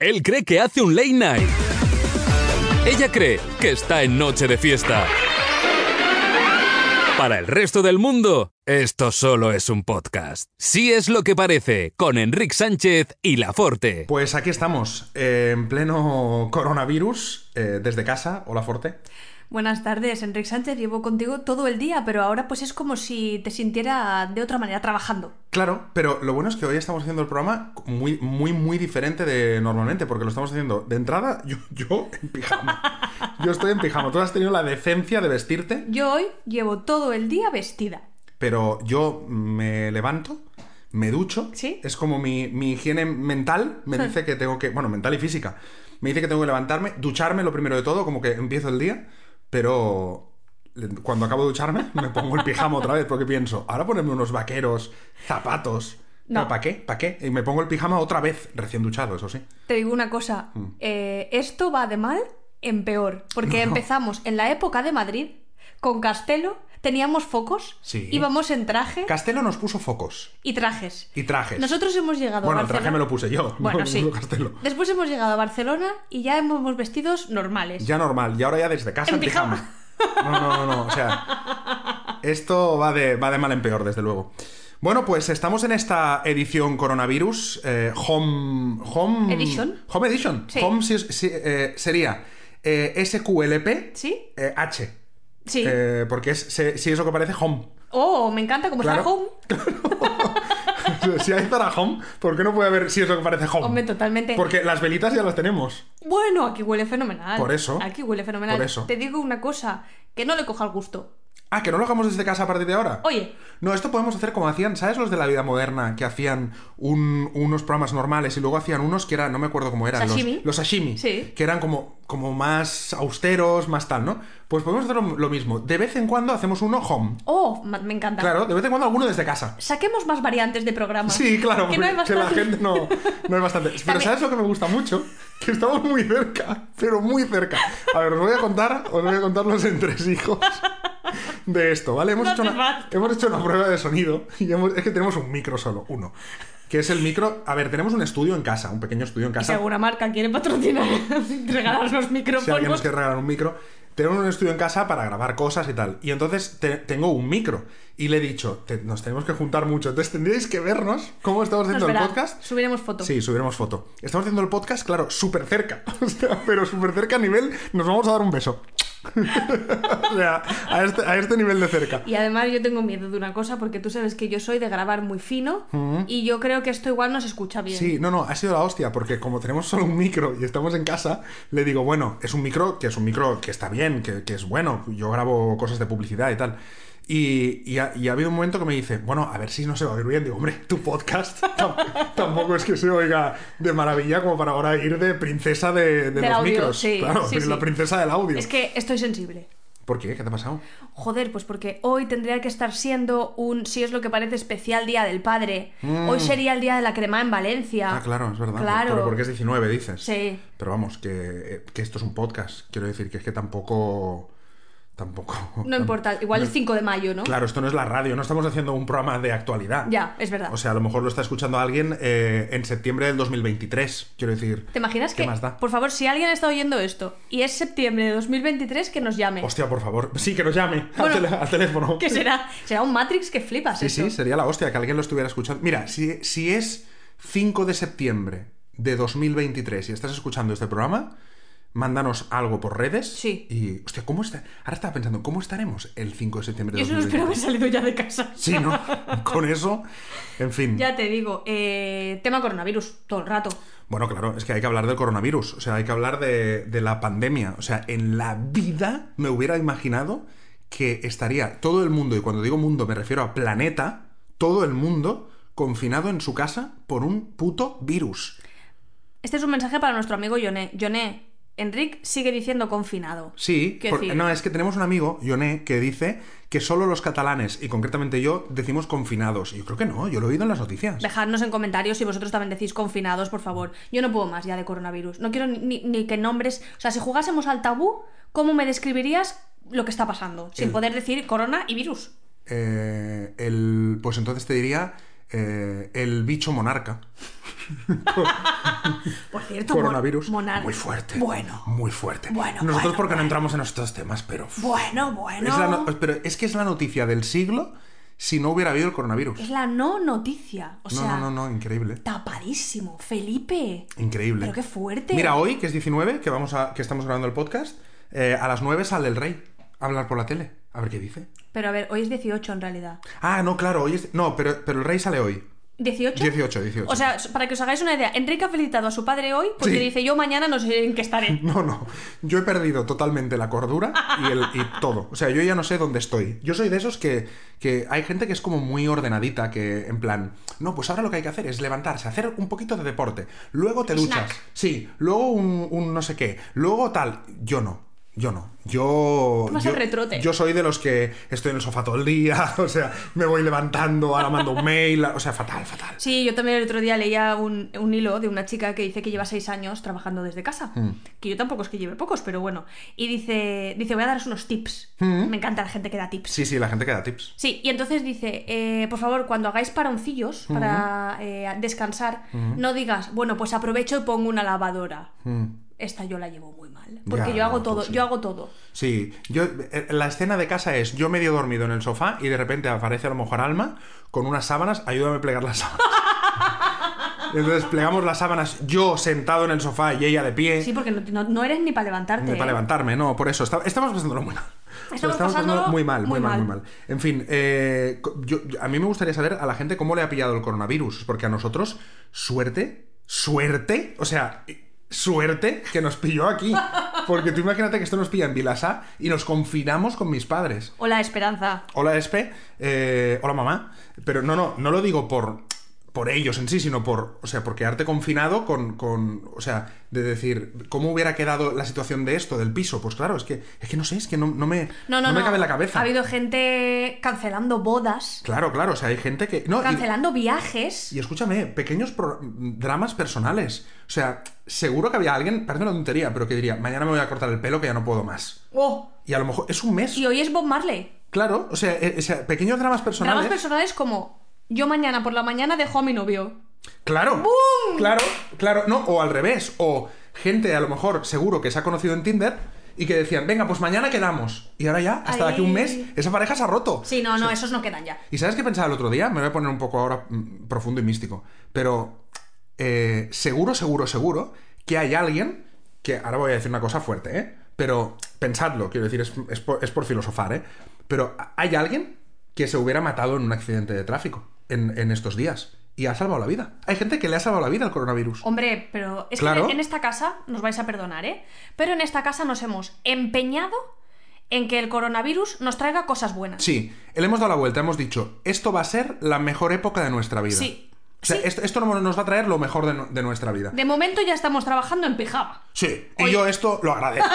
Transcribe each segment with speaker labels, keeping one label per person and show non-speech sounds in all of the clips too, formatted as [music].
Speaker 1: Él cree que hace un late night. Ella cree que está en noche de fiesta. Para el resto del mundo, esto solo es un podcast. Sí es lo que parece, con Enrique Sánchez y La Forte.
Speaker 2: Pues aquí estamos, eh, en pleno coronavirus, eh, desde casa. Hola Forte.
Speaker 3: Buenas tardes, Enrique Sánchez. Llevo contigo todo el día, pero ahora pues es como si te sintiera de otra manera trabajando.
Speaker 2: Claro, pero lo bueno es que hoy estamos haciendo el programa muy, muy, muy diferente de normalmente, porque lo estamos haciendo de entrada yo, yo en [laughs] pijama. Yo estoy en pijama. Tú has tenido la decencia de vestirte,
Speaker 3: Yo hoy llevo todo el día vestida.
Speaker 2: pero yo me levanto, me ducho.
Speaker 3: Sí.
Speaker 2: Es como mi, mi higiene mental me dice que tengo que. Bueno, mental y física. Me dice que tengo que levantarme, ducharme lo primero de todo, como que empiezo el día, pero. le- Cuando acabo de ducharme, me pongo el pijama otra vez porque pienso, ahora ponerme unos vaqueros, zapatos.
Speaker 3: No.
Speaker 2: ¿Para qué? ¿Para qué? Y me pongo el pijama otra vez, recién duchado, eso sí.
Speaker 3: Te digo una cosa,
Speaker 2: Mm.
Speaker 3: eh, esto va de mal en peor,
Speaker 2: [laughs]
Speaker 3: porque empezamos en la época de Madrid con Castelo, teníamos focos,
Speaker 2: Sí.
Speaker 3: íbamos en traje
Speaker 2: Castelo nos puso focos
Speaker 3: y trajes.
Speaker 2: y trajes.
Speaker 3: Nosotros hemos llegado
Speaker 2: bueno,
Speaker 3: a
Speaker 2: el
Speaker 3: Barcelona.
Speaker 2: traje me lo puse yo. [laughs]
Speaker 3: Bueno,
Speaker 2: no,
Speaker 3: sí.
Speaker 2: no Castelo.
Speaker 3: Después hemos llegado a Barcelona y ya hemos vestidos normales.
Speaker 2: Ya normal, y ahora ya desde casa
Speaker 3: En
Speaker 2: en, pijama. No, no, no, no, o sea, esto va de, va de mal en peor, desde luego. Bueno, pues estamos en esta edición coronavirus, eh, Home... Home
Speaker 3: Edition.
Speaker 2: Home Edition.
Speaker 3: Sí.
Speaker 2: Home si- si- eh, sería eh, SQLP
Speaker 3: ¿Sí?
Speaker 2: eh, H,
Speaker 3: Sí.
Speaker 2: eh, porque es, se- si es lo que parece, Home. [laughs]
Speaker 3: Oh, me encanta como
Speaker 2: Claro.
Speaker 3: está Home.
Speaker 2: si hay para Home, ¿por qué no puede haber si es lo que parece Home?
Speaker 3: Hombre, totalmente.
Speaker 2: Porque las velitas ya las tenemos.
Speaker 3: Bueno, aquí huele fenomenal.
Speaker 2: Por eso.
Speaker 3: Aquí huele fenomenal.
Speaker 2: Por eso.
Speaker 3: Te digo una cosa, que no le coja el gusto.
Speaker 2: Ah, que no lo hagamos desde casa a partir de ahora.
Speaker 3: Oye,
Speaker 2: No, esto podemos hacer como hacían, ¿sabes los de la vida moderna? Que hacían un- unos programas normales y luego hacían unos que eran, no me acuerdo cómo eran, los-
Speaker 3: Sashimi.
Speaker 2: Los, sashimi,
Speaker 3: Sí.
Speaker 2: que eran como, como más austeros, más tal, ¿no? Pues podemos hacer lo, lo mismo. De vez en cuando hacemos uno home.
Speaker 3: oh, ma- me encanta.
Speaker 2: Claro, de vez en cuando alguno desde casa.
Speaker 3: Saquemos más variantes de programa.
Speaker 2: Sí, claro,
Speaker 3: Que no hay
Speaker 2: porque la
Speaker 3: bastante.
Speaker 2: gente no, no es bastante. Pero
Speaker 3: También-
Speaker 2: ¿sabes lo que me gusta mucho? Que estamos muy cerca, pero muy cerca. A ver, os voy a contar, os voy a contar los entresijos de esto, ¿vale? Hemos,
Speaker 3: No
Speaker 2: hecho,
Speaker 3: hace
Speaker 2: una,
Speaker 3: falta.
Speaker 2: hemos hecho una prueba de sonido y hemos- es que tenemos un micro solo, uno. Que es el micro. A ver, tenemos un estudio en casa, un pequeño estudio en
Speaker 3: Si
Speaker 2: casa.
Speaker 3: alguna marca quiere patrocinar,
Speaker 2: Si
Speaker 3: [laughs] regalarnos
Speaker 2: alguien nos
Speaker 3: micrófonos.
Speaker 2: quiere regalar un micro, tenemos un estudio en casa para grabar cosas y tal. Y entonces te- tengo un micro y le he dicho, "Te- nos tenemos que juntar mucho. Entonces tendríais que vernos cómo estamos
Speaker 3: No,
Speaker 2: haciendo
Speaker 3: espera,
Speaker 2: el podcast.
Speaker 3: Subiremos foto.
Speaker 2: Sí, subiremos foto. Estamos haciendo el podcast, claro, súper cerca. [laughs] O sea, pero súper cerca a nivel, nos vamos a dar un beso. [laughs] o sea, a este, a este nivel de cerca.
Speaker 3: Y además yo tengo miedo de una cosa porque tú sabes que yo soy de grabar muy fino y yo creo que esto igual no se escucha bien.
Speaker 2: Sí, no, no, ha sido la hostia, porque como tenemos solo un micro y estamos en casa, le digo, bueno, es un micro que es un micro que está bien, que, que es bueno, yo grabo cosas de publicidad y tal. Y, y ha, y ha habido un momento que me dice, bueno, a ver si no se va a oír bien. Digo, hombre, tu podcast [laughs] tam- tampoco es que se oiga de maravilla como para ahora ir de princesa de, de
Speaker 3: Del
Speaker 2: los
Speaker 3: audio,
Speaker 2: micros.
Speaker 3: sí,
Speaker 2: claro,
Speaker 3: sí,
Speaker 2: de la
Speaker 3: sí.
Speaker 2: princesa del audio.
Speaker 3: Es que estoy sensible.
Speaker 2: ¿Por qué? ¿Qué te ha pasado?
Speaker 3: Joder, pues porque hoy tendría que estar siendo un, si es lo que parece, especial Día del Padre. Hoy sería el Día de la Crema en Valencia.
Speaker 2: Mm. Ah, claro, es verdad.
Speaker 3: Claro.
Speaker 2: Pero porque es 19, dices.
Speaker 3: Sí.
Speaker 2: Pero vamos, que, eh, que esto es un podcast. Quiero decir que es que tampoco. Tampoco.
Speaker 3: No importa, igual es 5 de mayo, ¿no?
Speaker 2: Claro, esto no es la radio, no estamos haciendo un programa de actualidad.
Speaker 3: Ya, es verdad.
Speaker 2: O sea, a lo mejor lo está escuchando alguien eh, en septiembre del 2023. Quiero decir.
Speaker 3: ¿Te imaginas
Speaker 2: ¿Qué
Speaker 3: que,
Speaker 2: más da?
Speaker 3: por favor, si alguien está oyendo esto y es septiembre de 2023, que nos llame?
Speaker 2: Hostia, por favor. Sí, que nos llame
Speaker 3: Bueno,
Speaker 2: al, tele- al teléfono.
Speaker 3: Que será, será un Matrix que flipas
Speaker 2: Sí,
Speaker 3: eso.
Speaker 2: sí, sería la hostia que alguien lo estuviera escuchando. Mira, si, si es 5 de septiembre de 2023 y estás escuchando este programa, mándanos algo por redes.
Speaker 3: Sí.
Speaker 2: Y, hostia, ¿cómo está? Ahora estaba pensando, ¿cómo estaremos el 5 de septiembre de
Speaker 3: Yo solo espero haber
Speaker 2: 2023?
Speaker 3: salido ya de casa.
Speaker 2: Sí, ¿no? Con eso, en fin.
Speaker 3: [laughs] Ya te digo, eh, tema coronavirus, todo el rato.
Speaker 2: Bueno, claro, es que hay que hablar del coronavirus, o sea, hay que hablar de, de la pandemia. O sea, en la vida me hubiera imaginado que estaría todo el mundo, y cuando digo mundo me refiero a planeta, todo el mundo confinado en su casa por un puto virus.
Speaker 3: Este es un mensaje para nuestro amigo Yoné. Yoné, Enric sigue diciendo confinado.
Speaker 2: Sí,
Speaker 3: Quiero
Speaker 2: por-
Speaker 3: decir-
Speaker 2: no, es que tenemos un amigo, Yoné, que dice que solo los catalanes, y concretamente yo, decimos confinados. Y Yo creo que no, yo lo he oído en las noticias.
Speaker 3: Dejadnos en comentarios si vosotros también decís confinados, por favor. Yo no puedo más ya de coronavirus. No quiero ni, ni- ni que nombres. O sea, si jugásemos al tabú, ¿cómo me describirías lo que está pasando? Sin
Speaker 2: El-
Speaker 3: poder decir corona y virus.
Speaker 2: Eh, el, pues entonces te diría eh, el bicho monarca.
Speaker 3: Por cierto, mon-
Speaker 2: coronavirus.
Speaker 3: monar-
Speaker 2: Muy fuerte.
Speaker 3: Bueno.
Speaker 2: Muy fuerte.
Speaker 3: Bueno,
Speaker 2: Nosotros
Speaker 3: bueno,
Speaker 2: porque no entramos en estos temas, pero. f-
Speaker 3: Bueno,
Speaker 2: Es la
Speaker 3: bueno.
Speaker 2: no- pero es que es la noticia del siglo si no hubiera habido el coronavirus.
Speaker 3: Es la no noticia. O
Speaker 2: no,
Speaker 3: sea,
Speaker 2: no, no, no, increíble.
Speaker 3: tapadísimo. Felipe.
Speaker 2: Increíble.
Speaker 3: Pero qué fuerte.
Speaker 2: Mira, hoy, que es 19, que, vamos a, que estamos grabando el podcast, eh, a las 9 sale el rey a hablar por la tele. A ver qué dice.
Speaker 3: Pero a ver, hoy es 18 en realidad.
Speaker 2: Ah, no, claro, hoy es. No, pero, pero el rey sale hoy.
Speaker 3: ¿18?
Speaker 2: 18, 18.
Speaker 3: O sea, para que os hagáis una idea, Enrique ha felicitado a su padre hoy porque
Speaker 2: Sí.
Speaker 3: dice yo mañana no sé en qué estaré.
Speaker 2: No, no. Yo he perdido totalmente la cordura y, el, y todo. O sea, yo ya no sé dónde estoy. Yo soy de esos que, que hay gente que es como muy ordenadita, que en plan, no, pues ahora lo que hay que hacer es levantarse, hacer un poquito de deporte, luego te
Speaker 3: Snack.
Speaker 2: duchas, sí, luego un, un no sé qué, luego tal. Yo no. Yo no. Yo.
Speaker 3: Tú vas
Speaker 2: yo,
Speaker 3: al retrote.
Speaker 2: yo soy de los que estoy en el sofá todo el día, [laughs] o sea, me voy levantando, ahora mando un mail, o sea, fatal, fatal.
Speaker 3: Sí, yo también el otro día leía un, un hilo de una chica que dice que lleva seis años trabajando desde casa.
Speaker 2: Mm.
Speaker 3: Que yo tampoco es que lleve pocos, pero bueno. Y dice, dice voy a daros unos tips.
Speaker 2: Mm.
Speaker 3: Me encanta la gente que da tips.
Speaker 2: Sí, sí, la gente que da tips.
Speaker 3: Sí, y entonces dice, eh, por favor, cuando hagáis paroncillos
Speaker 2: Mm.
Speaker 3: para eh, descansar, no digas, bueno, pues aprovecho y pongo una lavadora. Esta yo la llevo muy mal. Porque
Speaker 2: Mm. Ya,
Speaker 3: yo hago
Speaker 2: no, tú
Speaker 3: todo,
Speaker 2: sí.
Speaker 3: yo hago todo.
Speaker 2: Sí, yo, eh, la escena de casa es yo medio dormido en el sofá y de repente aparece a lo mejor Alma con unas sábanas, ayúdame a plegar las sábanas. [laughs] Entonces plegamos las sábanas, yo sentado en el sofá y ella de pie,
Speaker 3: Sí, porque no, no- no eres ni para levantarte.
Speaker 2: ni
Speaker 3: ¿eh?
Speaker 2: para levantarme, no, por eso, está- estamos pasándolo muy mal.
Speaker 3: Estamos pasándolo
Speaker 2: muy mal, muy
Speaker 3: muy
Speaker 2: mal, muy
Speaker 3: mal.
Speaker 2: mal. En fin, eh, co- yo- yo- a mí me gustaría saber a la gente cómo le ha pillado el coronavirus, porque a nosotros, suerte, suerte, o sea, eh, suerte que nos pilló aquí. Porque tú imagínate que esto nos pilla en Vilasa y nos confinamos con mis padres.
Speaker 3: Hola, Esperanza.
Speaker 2: Hola Espe, eh, hola mamá. Pero no, no, no lo digo por, por ellos en sí, sino por, o sea, por quedarte confinado con, con, o sea, de decir, ¿cómo hubiera quedado la situación de esto, del piso? Pues claro, es que, es que no sé, es que no, no me,
Speaker 3: No, no,
Speaker 2: no
Speaker 3: no.
Speaker 2: me cabe en la cabeza.
Speaker 3: Ha habido gente cancelando bodas,
Speaker 2: Claro, claro, o sea, hay gente que... No, y-
Speaker 3: cancelando viajes.
Speaker 2: Y escúchame, pequeños pro- dramas personales. O sea, seguro que había alguien, perdón la tontería, pero que diría, mañana me voy a cortar el pelo que ya no puedo más.
Speaker 3: Oh,
Speaker 2: Y a lo mejor es un mes.
Speaker 3: y hoy es Bob Marley.
Speaker 2: Claro, o sea, eh, o sea, pequeños dramas personales.
Speaker 3: Dramas personales como yo mañana por la mañana dejo a mi novio.
Speaker 2: Claro. Claro, claro. No, o al revés. O gente, a lo mejor, seguro que se ha conocido en Tinder y que decían, venga, pues mañana quedamos. Y ahora ya, hasta de aquí un mes,
Speaker 3: Ay.
Speaker 2: esa pareja se ha roto.
Speaker 3: Sí, no, no, esos no quedan ya.
Speaker 2: ¿Y sabes qué pensaba el otro día? Me voy a poner un poco ahora mm, profundo y místico. Pero eh, seguro, seguro, seguro que hay alguien que. Ahora voy a decir una cosa fuerte, ¿eh? Pero pensadlo, quiero decir, es, es por, es por filosofar, ¿eh? Pero hay alguien que se hubiera matado en un accidente de tráfico en, en estos días y ha salvado la vida. Hay gente que le ha salvado la vida al coronavirus.
Speaker 3: Hombre, pero es
Speaker 2: Claro.
Speaker 3: que en esta casa, nos vais a perdonar, ¿eh? Pero en esta casa nos hemos empeñado en que el coronavirus nos traiga cosas buenas.
Speaker 2: Sí, le hemos dado la vuelta, hemos dicho, esto va a ser la mejor época de nuestra vida.
Speaker 3: Sí.
Speaker 2: O sea,
Speaker 3: Sí.
Speaker 2: esto, esto nos va a traer lo mejor de, nu- de nuestra vida.
Speaker 3: De momento ya estamos trabajando en pijama.
Speaker 2: Sí, y
Speaker 3: Oye.
Speaker 2: yo esto lo agradezco.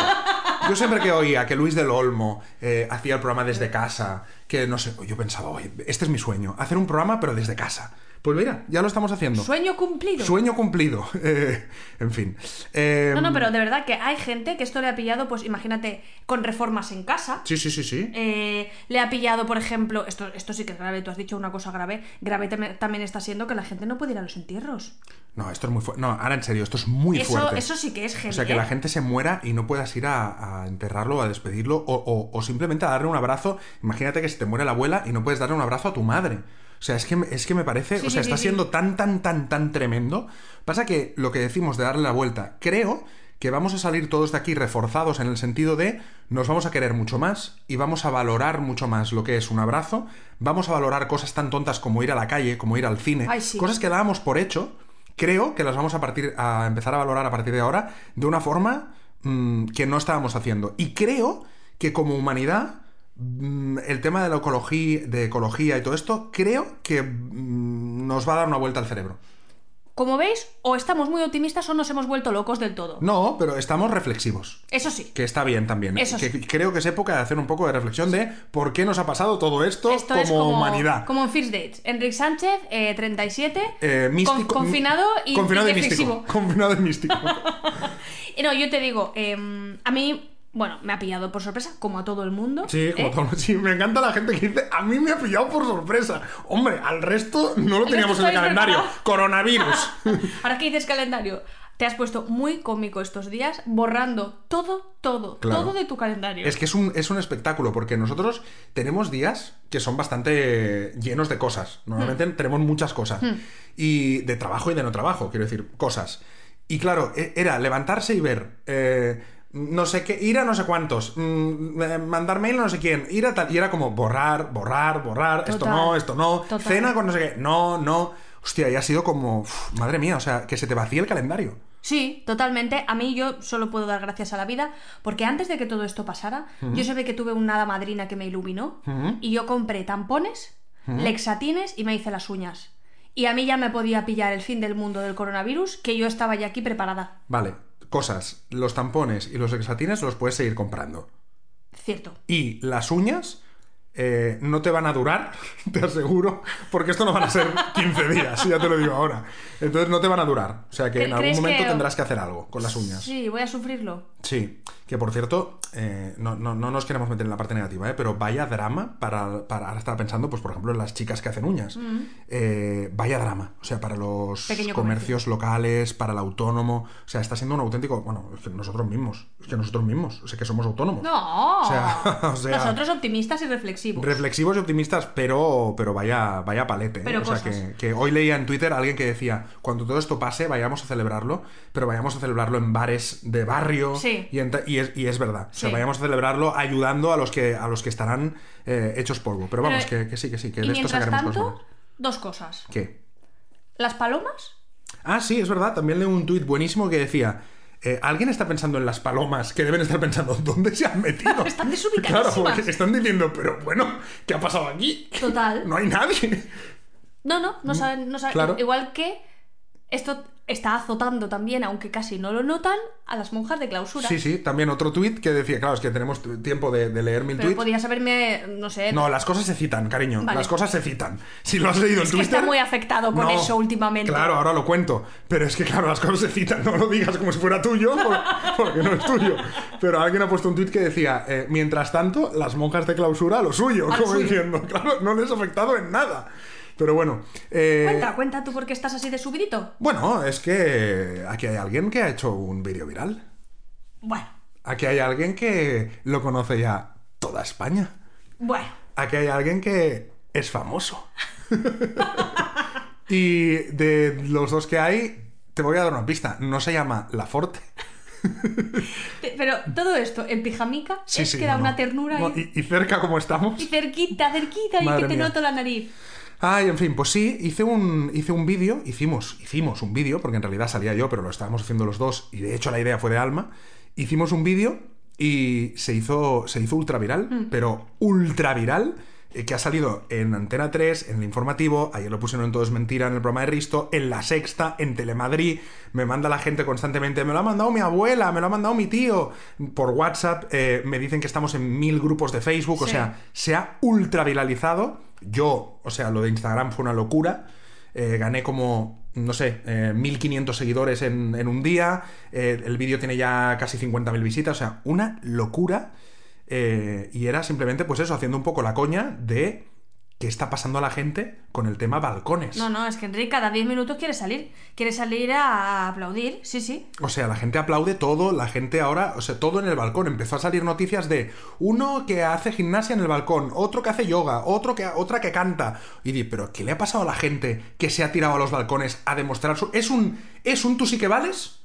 Speaker 2: Yo siempre que oía que Luis del Olmo eh, hacía el programa desde casa, que no sé, yo pensaba, oye, este es mi sueño, hacer un programa pero desde casa. Pues mira, ya lo estamos haciendo.
Speaker 3: Sueño cumplido.
Speaker 2: Sueño cumplido. [laughs] Eh, en fin. Eh,
Speaker 3: No, no, pero de verdad que hay gente que esto le ha pillado, pues imagínate, con reformas en casa.
Speaker 2: Sí, sí, sí, sí.
Speaker 3: Eh, le ha pillado, por ejemplo, esto, esto sí que es grave, tú has dicho una cosa grave, grave tam- también está siendo que la gente no puede ir a los entierros.
Speaker 2: No, esto es muy fuerte. No, ahora en serio, esto es muy
Speaker 3: Eso,
Speaker 2: fuerte.
Speaker 3: eso sí que es heavy.
Speaker 2: O sea, que
Speaker 3: ¿eh?
Speaker 2: la gente se muera y no puedas ir a, a enterrarlo, a despedirlo, o, o- o simplemente a darle un abrazo. Imagínate que se te muere la abuela y no puedes darle un abrazo a tu madre. O sea, es que, es que me parece,
Speaker 3: Sí,
Speaker 2: o sea,
Speaker 3: sí, sí,
Speaker 2: está
Speaker 3: sí.
Speaker 2: siendo tan, tan, tan, tan tremendo. Pasa que lo que decimos de darle la vuelta, creo que vamos a salir todos de aquí reforzados en el sentido de nos vamos a querer mucho más y vamos a valorar mucho más lo que es un abrazo, vamos a valorar cosas tan tontas como ir a la calle, como ir al cine,
Speaker 3: Ay, sí.
Speaker 2: cosas que dábamos por hecho, creo que las vamos a, partir, a empezar a valorar a partir de ahora de una forma mm, que no estábamos haciendo. Y creo que como humanidad, mm, el tema de la ecología, de ecología y todo esto, creo que mm, nos va a dar una vuelta al cerebro.
Speaker 3: Como veis, o estamos muy optimistas o nos hemos vuelto locos del todo.
Speaker 2: No, pero estamos reflexivos.
Speaker 3: Eso sí.
Speaker 2: Que está bien también. ¿eh?
Speaker 3: Eso
Speaker 2: que
Speaker 3: sí.
Speaker 2: creo que es época de hacer un poco de reflexión de por qué nos ha pasado todo esto,
Speaker 3: Esto
Speaker 2: como,
Speaker 3: es como
Speaker 2: humanidad.
Speaker 3: Como en First Dates. Enrique Sánchez, eh, 37,
Speaker 2: Eh, místico-
Speaker 3: con- confinado
Speaker 2: [laughs]
Speaker 3: y,
Speaker 2: confinado
Speaker 3: y
Speaker 2: y místico.
Speaker 3: reflexivo.
Speaker 2: Confinado y místico.
Speaker 3: Y No, yo te digo, eh, a mí Bueno, me ha pillado por sorpresa, como a todo el mundo.
Speaker 2: Sí, como
Speaker 3: ¿eh?
Speaker 2: todo- sí, me encanta la gente que dice, a mí me ha pillado por sorpresa. Hombre, al resto no lo
Speaker 3: Al
Speaker 2: teníamos en
Speaker 3: resto
Speaker 2: el
Speaker 3: estáis
Speaker 2: calendario.
Speaker 3: preparados.
Speaker 2: Coronavirus.
Speaker 3: Ahora que dices calendario, te has puesto muy cómico estos días borrando todo, todo,
Speaker 2: Claro.
Speaker 3: todo de tu calendario.
Speaker 2: Es que es un, es un espectáculo, porque nosotros tenemos días que son bastante llenos de cosas. Normalmente
Speaker 3: Hmm.
Speaker 2: tenemos muchas cosas. Y de trabajo y de no trabajo, quiero decir, cosas. Y claro, e- era levantarse y ver. eh, no sé qué, ir a no sé cuántos, mm, eh, mandar mail a no sé quién, ir a tal. Y era como borrar, borrar, borrar, esto
Speaker 3: Total.
Speaker 2: no, esto no,
Speaker 3: Total.
Speaker 2: cena con no sé qué, no, no. Hostia, y ha sido como, uf, madre mía, o sea, que se te vacía el calendario.
Speaker 3: Sí, totalmente. A mí yo solo puedo dar gracias a la vida, porque antes de que todo esto pasara, yo se ve que tuve una hada madrina que me iluminó
Speaker 2: Ujú.
Speaker 3: y yo compré tampones, lexatines y me hice las uñas. Y a mí ya me podía pillar el fin del mundo del coronavirus, que yo estaba ya aquí preparada.
Speaker 2: Vale, cosas, los tampones y los exatines los puedes seguir comprando.
Speaker 3: Cierto.
Speaker 2: Y las uñas eh, no te van a durar, [laughs] te aseguro, porque esto no van a ser 15 días, ya te lo digo ahora. Entonces no te van a durar. O sea que
Speaker 3: ¿Cre-
Speaker 2: en algún
Speaker 3: crees
Speaker 2: momento
Speaker 3: que-
Speaker 2: tendrás que hacer algo con las uñas.
Speaker 3: Sí, voy a sufrirlo.
Speaker 2: Sí, que por cierto, eh, no, no- no nos queremos meter en la parte negativa, ¿eh? pero vaya drama para, para. Ahora estaba pensando, pues por ejemplo, en las chicas que hacen uñas. Eh, vaya drama. O sea, para los
Speaker 3: Mm. Pequeño
Speaker 2: comercios locales, para el autónomo. O sea, está siendo un auténtico. Bueno, es que nosotros mismos. Es que nosotros mismos. O sea, que somos autónomos.
Speaker 3: No.
Speaker 2: O sea, [laughs] o sea-
Speaker 3: Nosotros optimistas y reflexivos.
Speaker 2: Reflexivos y optimistas, pero, pero vaya, vaya palete. ¿eh?
Speaker 3: Pero
Speaker 2: o sea,
Speaker 3: cosas.
Speaker 2: que, que hoy leía en Twitter a alguien que decía, cuando todo esto pase, vayamos a celebrarlo, pero vayamos a celebrarlo en bares de barrio.
Speaker 3: Sí.
Speaker 2: Y, en ta- y es, y es verdad. O sea,
Speaker 3: Sí.
Speaker 2: vayamos a celebrarlo ayudando a los que, a los que estarán eh, hechos polvo. Pero vamos,
Speaker 3: Pero-
Speaker 2: que, que sí, que sí, que
Speaker 3: y
Speaker 2: de esto
Speaker 3: mientras
Speaker 2: sacaremos cosas.
Speaker 3: tanto,
Speaker 2: buenas.
Speaker 3: dos cosas.
Speaker 2: ¿Qué?
Speaker 3: Las palomas
Speaker 2: Ah, sí, es verdad. También leí un tuit buenísimo que decía... eh, Alguien está pensando en las palomas que deben estar pensando dónde se han metido.
Speaker 3: [laughs] Están
Speaker 2: Claro,
Speaker 3: desubicadísimas.
Speaker 2: porque están diciendo, pero bueno, ¿qué ha pasado aquí?
Speaker 3: Total.
Speaker 2: [laughs] No hay nadie.
Speaker 3: No, no, no saben, no saben.
Speaker 2: claro.
Speaker 3: Igual que esto está azotando también, aunque casi no lo notan, a las monjas de clausura.
Speaker 2: Sí, sí, también otro tuit que decía, claro, es que tenemos tu- tiempo de, de leer mil
Speaker 3: Pero
Speaker 2: tuits.
Speaker 3: podías haberme, no sé,
Speaker 2: No, las cosas se citan, cariño.
Speaker 3: Vale.
Speaker 2: Las cosas se citan. Si lo has leído en
Speaker 3: Es que
Speaker 2: Twitter.
Speaker 3: está muy afectado con eso últimamente.
Speaker 2: Claro, ahora lo cuento. Pero es que, claro, las cosas se citan. No lo digas como si fuera tuyo,
Speaker 3: [laughs]
Speaker 2: por- porque no es tuyo. Pero alguien ha puesto un tuit que decía: eh, Mientras tanto, las monjas de clausura lo suyo.
Speaker 3: Al
Speaker 2: como
Speaker 3: suyo.
Speaker 2: diciendo, [laughs] claro, no les ha afectado en nada. Pero bueno. eh,
Speaker 3: cuenta, cuenta tú por qué estás así de subidito.
Speaker 2: Bueno, es que aquí hay alguien que ha hecho un vídeo viral.
Speaker 3: Bueno,
Speaker 2: Aquí hay alguien que lo conoce ya toda España.
Speaker 3: bueno.
Speaker 2: Aquí hay alguien que es
Speaker 3: [laughs]
Speaker 2: famoso. y de los dos que hay, te voy a dar una pista. No se llama La Forte.
Speaker 3: Te- Pero todo esto en pijamica
Speaker 2: Sí,
Speaker 3: es
Speaker 2: sí,
Speaker 3: que da
Speaker 2: no,
Speaker 3: una
Speaker 2: no.
Speaker 3: ternura
Speaker 2: No,
Speaker 3: y-
Speaker 2: y, y cerca como
Speaker 3: y
Speaker 2: estamos.
Speaker 3: cerquita, cerquita, y
Speaker 2: Madre
Speaker 3: que te
Speaker 2: mía.
Speaker 3: noto la nariz.
Speaker 2: Ay, en fin, pues sí, hice un, hice un vídeo, hicimos, hicimos un vídeo, porque en realidad salía yo, pero lo estábamos haciendo los dos, y de hecho la idea fue de Alma. Hicimos un vídeo y se hizo, se hizo ultra viral, pero ultra viral, eh, que ha salido en Antena 3, en el informativo, ayer lo pusieron en Todo es Mentira, en el programa de Risto, en La Sexta, en Telemadrid, me manda la gente constantemente, me lo ha mandado mi abuela, me lo ha mandado mi tío, por WhatsApp, eh, me dicen que estamos en mil grupos de Facebook, o
Speaker 3: Sí.
Speaker 2: sea, se ha ultra viralizado. Yo, o sea, lo de Instagram fue una locura. Eh, gané como, no sé, eh, 1500 seguidores en, en un día. Eh, el vídeo tiene ya casi 50.000 visitas. O sea, una locura. Eh, y era simplemente, pues eso, haciendo un poco la coña de qué está pasando a la gente con el tema balcones.
Speaker 3: No, no, es que Enrique cada 10 minutos quiere salir. Quiere salir a aplaudir, sí, sí.
Speaker 2: O sea, la gente aplaude todo, la gente ahora, o sea, todo en el balcón. Empezó a salir noticias de uno que hace gimnasia en el balcón, otro que hace yoga, otro que, otra que canta. Y di, pero ¿qué le ha pasado a la gente que se ha tirado a los balcones a demostrar su... Es un, es un tú sí que vales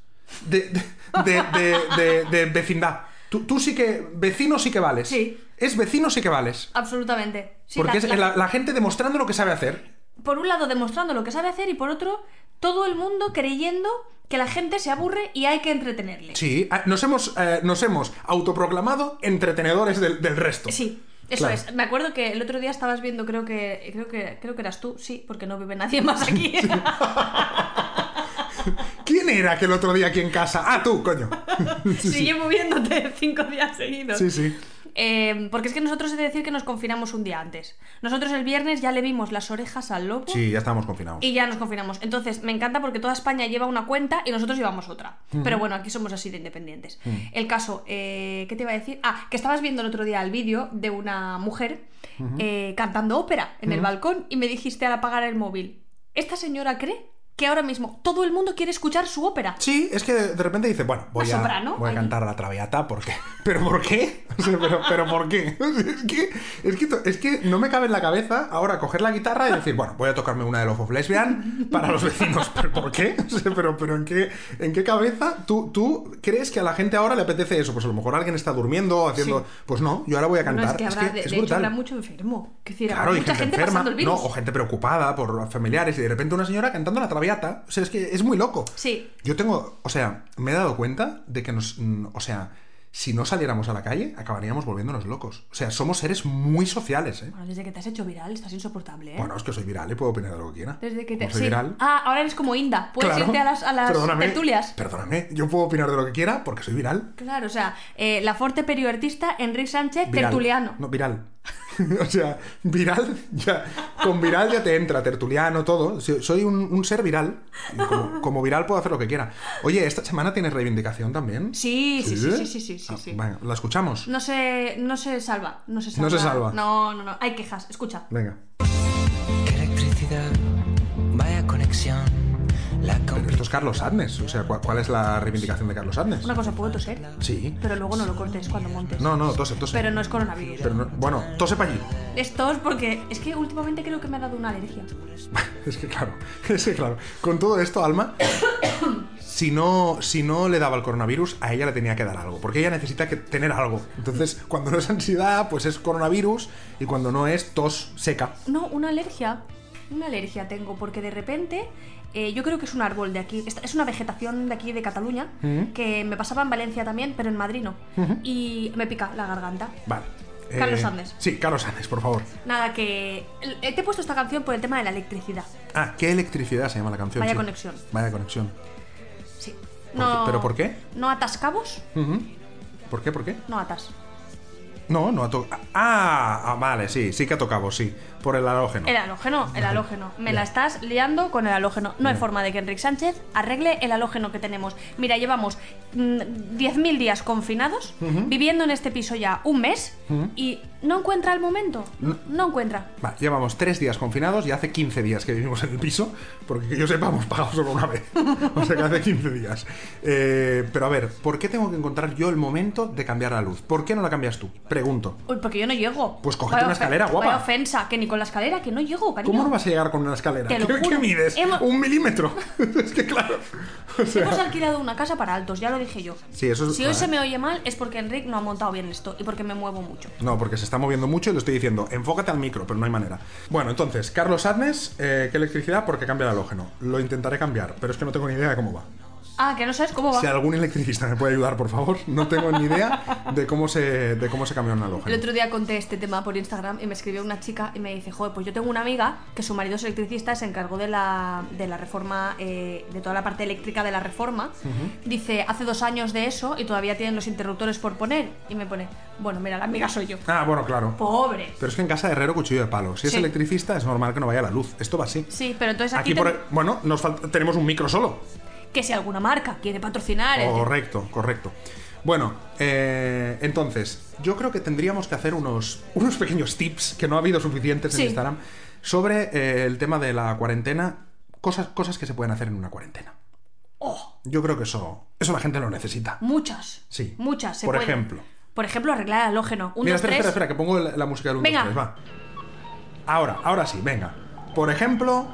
Speaker 2: de, de, de- de- de- de vecindad. Tú, tú sí que... Vecino sí que vales.
Speaker 3: Sí.
Speaker 2: Es vecino sí que vales.
Speaker 3: Absolutamente. Sí,
Speaker 2: Porque
Speaker 3: la-
Speaker 2: es
Speaker 3: la-
Speaker 2: la- la gente demostrando lo que sabe hacer.
Speaker 3: por un lado demostrando lo que sabe hacer y por otro todo el mundo creyendo que la gente se aburre y hay que entretenerle.
Speaker 2: Sí, ah, nos hemos, eh, nos hemos autoproclamado entretenedores del, del resto.
Speaker 3: Sí, Eso
Speaker 2: Claro.
Speaker 3: es. Me acuerdo que el otro día estabas viendo, creo que, creo que, creo que eras tú, sí, porque no vive nadie
Speaker 2: [laughs]
Speaker 3: más aquí.
Speaker 2: ¿Quién era aquel
Speaker 3: [laughs]
Speaker 2: otro día aquí en casa? Ah, tú, coño.
Speaker 3: Sigue moviéndote cinco días seguidos.
Speaker 2: Sí, sí.
Speaker 3: Eh, porque es que nosotros he de decir que nos confinamos un día antes. Nosotros el viernes ya le vimos las orejas al lobo
Speaker 2: Sí, ya estábamos confinados.
Speaker 3: y ya nos confinamos. Entonces, me encanta porque toda España lleva una cuenta y nosotros llevamos otra. Pero bueno, aquí somos así de independientes. El caso, eh, ¿qué te iba a decir? Ah, que estabas viendo el otro día el vídeo de una mujer eh, cantando ópera en el balcón y me dijiste al apagar el móvil, esta señora cree que ahora mismo todo el mundo quiere escuchar su ópera.
Speaker 2: Sí, es que de de repente dice, bueno, voy,
Speaker 3: Una
Speaker 2: a,
Speaker 3: soprano,
Speaker 2: voy a
Speaker 3: ahí.
Speaker 2: cantar la traviata porque... [laughs] ¿Pero por qué? [laughs] O sea, pero, pero ¿por qué? [laughs] Es que, es, que, to- es que no me cabe en la cabeza ahora coger la guitarra y decir, bueno, voy a tocarme una de los of Lesbian para los vecinos. [laughs] ¿Pero por qué? O sea, pero, pero ¿en qué, en qué cabeza tú, tú crees que a la gente ahora le apetece eso? Pues a lo mejor alguien está durmiendo, haciendo...
Speaker 3: Sí.
Speaker 2: Pues no, yo ahora voy a
Speaker 3: No,
Speaker 2: cantar.
Speaker 3: es que habrá, de,
Speaker 2: es
Speaker 3: de hecho,
Speaker 2: brutal.
Speaker 3: habrá mucho enfermo. Que decir, habrá
Speaker 2: Claro, y
Speaker 3: mucha
Speaker 2: gente,
Speaker 3: gente
Speaker 2: enferma,
Speaker 3: pasando el virus.
Speaker 2: no, o gente preocupada por familiares y de repente una señora cantando la traviata, o sea, es que es muy loco.
Speaker 3: Sí.
Speaker 2: Yo tengo, o sea, me he dado cuenta de que nos, mm, o sea, si no saliéramos a la calle, acabaríamos volviéndonos locos. O sea, somos seres muy sociales, ¿eh?
Speaker 3: Bueno, desde que te has hecho viral estás insoportable, ¿eh?
Speaker 2: Bueno, es que soy viral y puedo opinar de lo que quiera.
Speaker 3: desde que te...
Speaker 2: Como soy
Speaker 3: sí.
Speaker 2: viral.
Speaker 3: Ah, ahora eres como Inda. Puedes
Speaker 2: claro,
Speaker 3: irte a las, a las
Speaker 2: perdóname,
Speaker 3: tertulias.
Speaker 2: Perdóname, yo puedo opinar de lo que quiera porque soy viral.
Speaker 3: Claro, o sea, eh, la forte periodista Enrique Sánchez,
Speaker 2: Viral.
Speaker 3: tertuliano.
Speaker 2: No, viral. [laughs] o sea, viral, ya. Con viral ya te entra, tertuliano, todo. Si- Soy un, un ser viral. Y Como, como viral puedo hacer lo que quiera. Oye, ¿esta semana tienes reivindicación también?
Speaker 3: Sí, sí, sí, sí, sí, sí, sí,
Speaker 2: Ah,
Speaker 3: sí.
Speaker 2: venga, la escuchamos.
Speaker 3: No se, no se salva, no se salva.
Speaker 2: No se salva.
Speaker 3: No, no, no, hay quejas, escucha.
Speaker 2: Venga.
Speaker 4: Qué electricidad, vaya conexión. La
Speaker 2: Pero esto es Carlos Adnes. O sea, ¿cuál, cuál es la reivindicación de Carlos Adnes?
Speaker 3: Una cosa, puedo toser,
Speaker 2: Sí.
Speaker 3: pero luego no lo cortes cuando montes.
Speaker 2: No, no, tose, tose.
Speaker 3: Pero no es coronavirus.
Speaker 2: Pero no- bueno, tose para allí.
Speaker 3: Esto es porque es que últimamente creo que me ha dado una alergia.
Speaker 2: [laughs] Es que claro, es que claro. Con todo esto, Alma, [coughs] si no, si no le daba el coronavirus, a ella le tenía que dar algo, porque ella necesita que tener algo. Entonces, cuando no es ansiedad, pues es coronavirus, y cuando no es tos seca.
Speaker 3: No, una alergia. Una alergia tengo, porque de repente eh, yo creo que es un árbol de aquí, esta- es una vegetación de aquí de Cataluña,
Speaker 2: Ujú.
Speaker 3: que me pasaba en Valencia también, pero en Madrid no. Y me pica la garganta.
Speaker 2: Vale. eh,
Speaker 3: Carlos Adnes.
Speaker 2: Sí, Carlos Adnes, por favor.
Speaker 3: Nada, que el- eh, te he puesto esta canción por el tema de la electricidad.
Speaker 2: Ah, ¿qué electricidad se llama la canción?
Speaker 3: Vaya
Speaker 2: sí.
Speaker 3: conexión.
Speaker 2: Vaya conexión.
Speaker 3: Sí.
Speaker 2: qué? ¿Pero por qué?
Speaker 3: No atas cabos,
Speaker 2: Ujú. ¿Por qué? ¿Por qué?
Speaker 3: no atas.
Speaker 2: No, no ha tocado. Ah, ah, vale, sí, sí que ha tocado, sí. Por el halógeno.
Speaker 3: El halógeno, el halógeno. Me la estás liando con el halógeno. No hay forma de que Enrique Sánchez arregle el halógeno que tenemos. Mira, llevamos mm, 10.000 días confinados, viviendo en este piso ya un mes, y no encuentra el momento. No encuentra.
Speaker 2: Vale, llevamos tres días confinados y hace 15 días que vivimos en el piso, porque que yo sepa, hemos pagado solo una vez. O sea que hace 15 días. Eh, pero a ver, ¿por qué tengo que encontrar yo el momento de cambiar la luz? ¿Por qué no la cambias tú? Pregunto.
Speaker 3: Uy, porque yo no llego.
Speaker 2: Pues cógete
Speaker 3: Vaya
Speaker 2: una
Speaker 3: ofen-
Speaker 2: escalera, guapa.
Speaker 3: Vaya ofensa, que ni con la escalera, que no llego, cariño.
Speaker 2: ¿Cómo no vas a llegar con una escalera?
Speaker 3: Te lo
Speaker 2: ¿Qué, qué
Speaker 3: juro.
Speaker 2: mides?
Speaker 3: Hemos-
Speaker 2: ¿Un milímetro? [laughs] es que claro. [laughs] O sea,
Speaker 3: Hemos alquilado una casa para altos, ya lo dije yo.
Speaker 2: Sí, eso es- ah.
Speaker 3: si hoy
Speaker 2: vale.
Speaker 3: se me oye mal es porque Enrique no ha montado bien esto y porque me muevo mucho.
Speaker 2: No, porque se está moviendo mucho y le estoy diciendo, enfócate al micro, pero no hay manera. Bueno, entonces, Carlos Adnes, eh, ¿qué electricidad? Porque cambia el halógeno. Lo intentaré cambiar, pero es que no tengo ni idea de cómo va.
Speaker 3: Ah, que no sabes cómo va.
Speaker 2: Si algún electricista me puede ayudar, por favor. No tengo ni idea de cómo se, de cómo se cambió una
Speaker 3: El
Speaker 2: halógeno.
Speaker 3: otro día conté este tema por Instagram y me escribió una chica y me dice, joder, pues yo tengo una amiga que su marido es electricista, se encargó de la, de la reforma, eh, de toda la parte eléctrica de la reforma. Dice, hace dos años de eso y todavía tienen los interruptores por poner. Y me pone, bueno, mira, la amiga soy yo.
Speaker 2: Ah, bueno, claro.
Speaker 3: Pobre.
Speaker 2: Pero es que en casa de herrero cuchillo de palo. Si es
Speaker 3: Sí.
Speaker 2: electricista es normal que no vaya la luz. Esto va así.
Speaker 3: Sí, pero entonces aquí,
Speaker 2: Aquí, por- e-
Speaker 3: ten-
Speaker 2: bueno, nos falta- tenemos un micro solo.
Speaker 3: que si alguna marca quiere patrocinar... el-
Speaker 2: Correcto, correcto. Bueno, eh, entonces, yo creo que tendríamos que hacer unos, unos pequeños tips que no ha habido suficientes
Speaker 3: Sí.
Speaker 2: en Instagram sobre eh, el tema de la cuarentena, cosas, cosas que se pueden hacer en una cuarentena.
Speaker 3: Oh,
Speaker 2: Yo creo que eso, eso la gente lo necesita.
Speaker 3: muchas.
Speaker 2: Sí.
Speaker 3: Muchas. se
Speaker 2: Por
Speaker 3: pueden.
Speaker 2: ejemplo.
Speaker 3: Por ejemplo, arreglar el halógeno. Un,
Speaker 2: Mira,
Speaker 3: dos,
Speaker 2: espera,
Speaker 3: tres.
Speaker 2: espera, espera, que pongo la, la música del 1,
Speaker 3: Venga.
Speaker 2: 2, 3, va. Ahora, ahora sí, venga. Por ejemplo,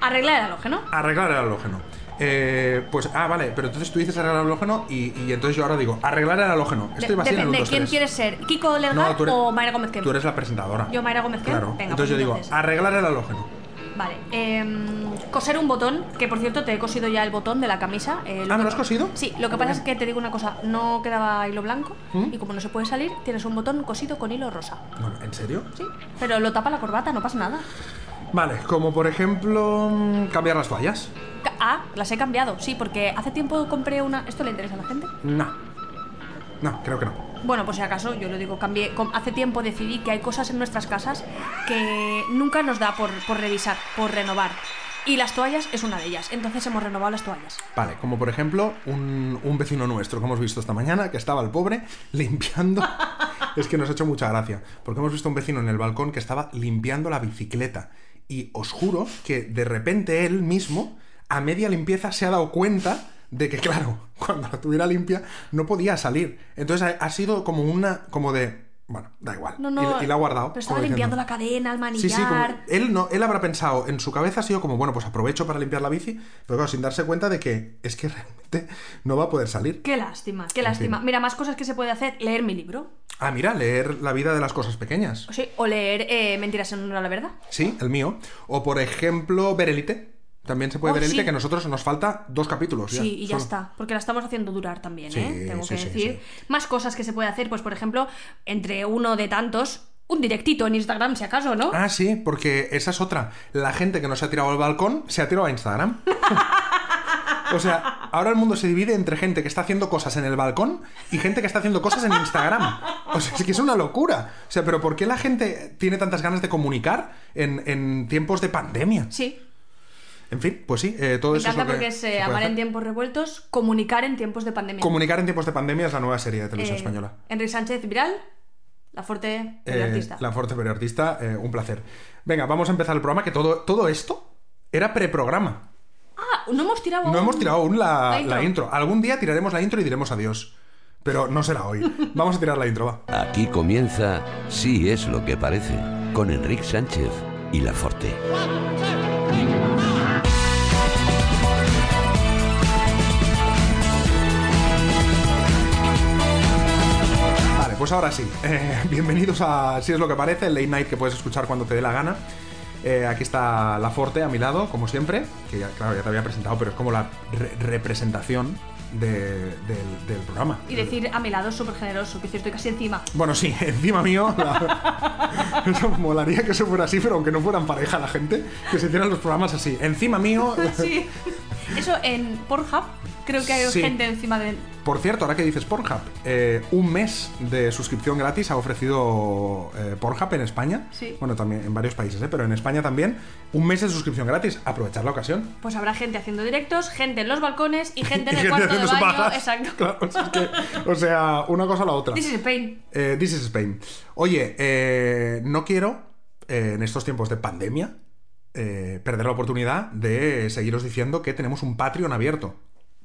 Speaker 3: Arreglar el halógeno.
Speaker 2: arreglar el halógeno. Eh, pues, ah, vale, pero entonces tú dices arreglar el halógeno y, y entonces yo ahora digo, arreglar el halógeno. Esto
Speaker 3: De-
Speaker 2: iba a ser en el 1,
Speaker 3: depende,
Speaker 2: 2,
Speaker 3: ¿quién
Speaker 2: 3.
Speaker 3: quieres ser? ¿Kiko Legar
Speaker 2: No, tú eres-
Speaker 3: o Mayra Gómez Kemp?
Speaker 2: Tú eres la presentadora.
Speaker 3: Yo, Mayra Gómez Kemp.
Speaker 2: Claro.
Speaker 3: Venga,
Speaker 2: entonces
Speaker 3: pues
Speaker 2: yo digo, ah.
Speaker 3: entonces.
Speaker 2: arreglar el halógeno.
Speaker 3: Vale, em, coser un botón, que por cierto te he cosido ya el botón de la camisa. eh,
Speaker 2: Ah, ¿me
Speaker 3: que-
Speaker 2: lo has cosido?
Speaker 3: Sí, lo que pasa es que te digo una cosa, no quedaba hilo blanco
Speaker 2: ¿Mm?
Speaker 3: y como no se puede salir, tienes un botón cosido con hilo rosa.
Speaker 2: Bueno, ¿en serio?
Speaker 3: Sí, pero lo tapa la corbata, no pasa nada.
Speaker 2: Vale, como por ejemplo, mm, cambiar las toallas.
Speaker 3: Ca- Ah, las he cambiado, sí, porque hace tiempo compré una... ¿Esto le interesa a la gente?
Speaker 2: No. No, creo que no.
Speaker 3: Bueno, pues si acaso, yo lo digo, cambié. com- Hace tiempo decidí que hay cosas en nuestras casas que nunca nos da por, por revisar, por renovar. Y las toallas es una de ellas. Entonces hemos renovado las toallas.
Speaker 2: Vale, como por ejemplo un, un vecino nuestro que hemos visto esta mañana, que estaba el pobre [laughs] limpiando... [laughs] es que nos ha hecho mucha gracia, porque hemos visto un vecino en el balcón que estaba limpiando la bicicleta. Y os juro que de repente él mismo, a media limpieza, se ha dado cuenta de que, claro, [laughs] cuando la tuviera limpia, no podía salir. Entonces ha, ha sido como una... como de... Bueno, da igual.
Speaker 3: No,
Speaker 2: Y-
Speaker 3: no.
Speaker 2: y, la ha guardado.
Speaker 3: Pero estaba
Speaker 2: como diciendo,
Speaker 3: limpiando la cadena, el manillar.
Speaker 2: Sí, sí, como- él no, él habrá pensado, en su cabeza ha sido como, bueno, pues aprovecho para limpiar la bici, pero claro, sin darse cuenta de que es que [laughs] realmente no va a poder salir.
Speaker 3: Qué lástima, qué
Speaker 2: En
Speaker 3: lástima.
Speaker 2: fin.
Speaker 3: Mira, más cosas que se puede hacer, leer mi libro.
Speaker 2: Ah, mira, leer la vida de las cosas pequeñas.
Speaker 3: Sí, o leer eh, Mentiras en una la verdad.
Speaker 2: Sí, el mío. O por ejemplo, ver Elite. También se puede
Speaker 3: Oh,
Speaker 2: ver Elite,
Speaker 3: sí.
Speaker 2: que a nosotros nos falta dos capítulos.
Speaker 3: Sí, y ya
Speaker 2: solo.
Speaker 3: está, porque la estamos haciendo durar también,
Speaker 2: Sí,
Speaker 3: ¿eh? tengo
Speaker 2: sí,
Speaker 3: que
Speaker 2: sí,
Speaker 3: decir. Más cosas que se puede hacer, pues por ejemplo, entre uno de tantos, un directito en Instagram, si acaso, ¿no?
Speaker 2: Ah, sí, porque esa es otra. La gente que no se ha tirado al balcón se ha tirado a Instagram. [laughs] O sea, ahora el mundo se divide entre gente que está haciendo cosas en el balcón y gente que está haciendo cosas en Instagram. O sea, es que es una locura. O sea, pero ¿por qué la gente tiene tantas ganas de comunicar en, en tiempos de pandemia?
Speaker 3: Sí,
Speaker 2: En fin, pues sí, eh, todo
Speaker 3: me
Speaker 2: eso es
Speaker 3: encanta
Speaker 2: lo que
Speaker 3: porque es
Speaker 2: se
Speaker 3: eh,
Speaker 2: puede
Speaker 3: amar en
Speaker 2: hacer.
Speaker 3: tiempos revueltos, comunicar en tiempos de pandemia.
Speaker 2: Comunicar en tiempos de pandemia es la nueva serie de televisión
Speaker 3: Eh,
Speaker 2: española.
Speaker 3: Enrique Sánchez Viral, La Forte, el
Speaker 2: Eh,
Speaker 3: artista.
Speaker 2: La Forte Periodista, eh, un placer. Venga, vamos a empezar el programa, que todo, todo esto era preprograma.
Speaker 3: Ah, no hemos tirado
Speaker 2: No
Speaker 3: aún.
Speaker 2: hemos tirado aún la,
Speaker 3: La intro.
Speaker 2: la intro. Algún día tiraremos la intro y diremos adiós. Pero no será
Speaker 3: [laughs]
Speaker 2: hoy. Vamos a tirar la intro, va.
Speaker 5: Aquí comienza Sí es lo que parece, con Enrique Sánchez y La Forte.
Speaker 2: Vale, pues ahora sí. Eh, bienvenidos a Si es lo que parece, el late night que puedes escuchar cuando te dé la gana. Eh, aquí está La Forte a mi lado, como siempre, que ya, claro, ya te había presentado, pero es como la re- representación de- del, del programa.
Speaker 3: Y decir "Ah, a mi lado es súper generoso, que estoy casi encima. [laughs]
Speaker 2: Bueno, sí, [laughs] encima mío. la- [laughs] Eso molaría que eso fuera así, pero aunque no fueran pareja la gente, que se hicieran los programas así. Encima
Speaker 3: [laughs]
Speaker 2: mío.
Speaker 3: Sí. Eso en Pornhub creo que hay
Speaker 2: Sí.
Speaker 3: gente encima de...
Speaker 2: Por cierto, ahora que dices Pornhub, eh, un mes de suscripción gratis ha ofrecido eh, Pornhub en España.
Speaker 3: Sí.
Speaker 2: Bueno, también en varios países, ¿eh? pero en España también. Un mes de suscripción gratis. Aprovechar la ocasión.
Speaker 3: Pues habrá gente haciendo directos, gente en los balcones y gente
Speaker 2: [laughs]
Speaker 3: en
Speaker 2: Y
Speaker 3: el
Speaker 2: gente
Speaker 3: cuarto de
Speaker 2: haciendo
Speaker 3: baño.
Speaker 2: pajas.
Speaker 3: Exacto.
Speaker 2: Claro, o sea, es que- o sea, una cosa a la otra.
Speaker 3: This is Spain.
Speaker 2: Eh, This is Spain. Oye, eh, no quiero, eh, en estos tiempos de pandemia, eh, perder la oportunidad de seguiros diciendo que tenemos un Patreon abierto.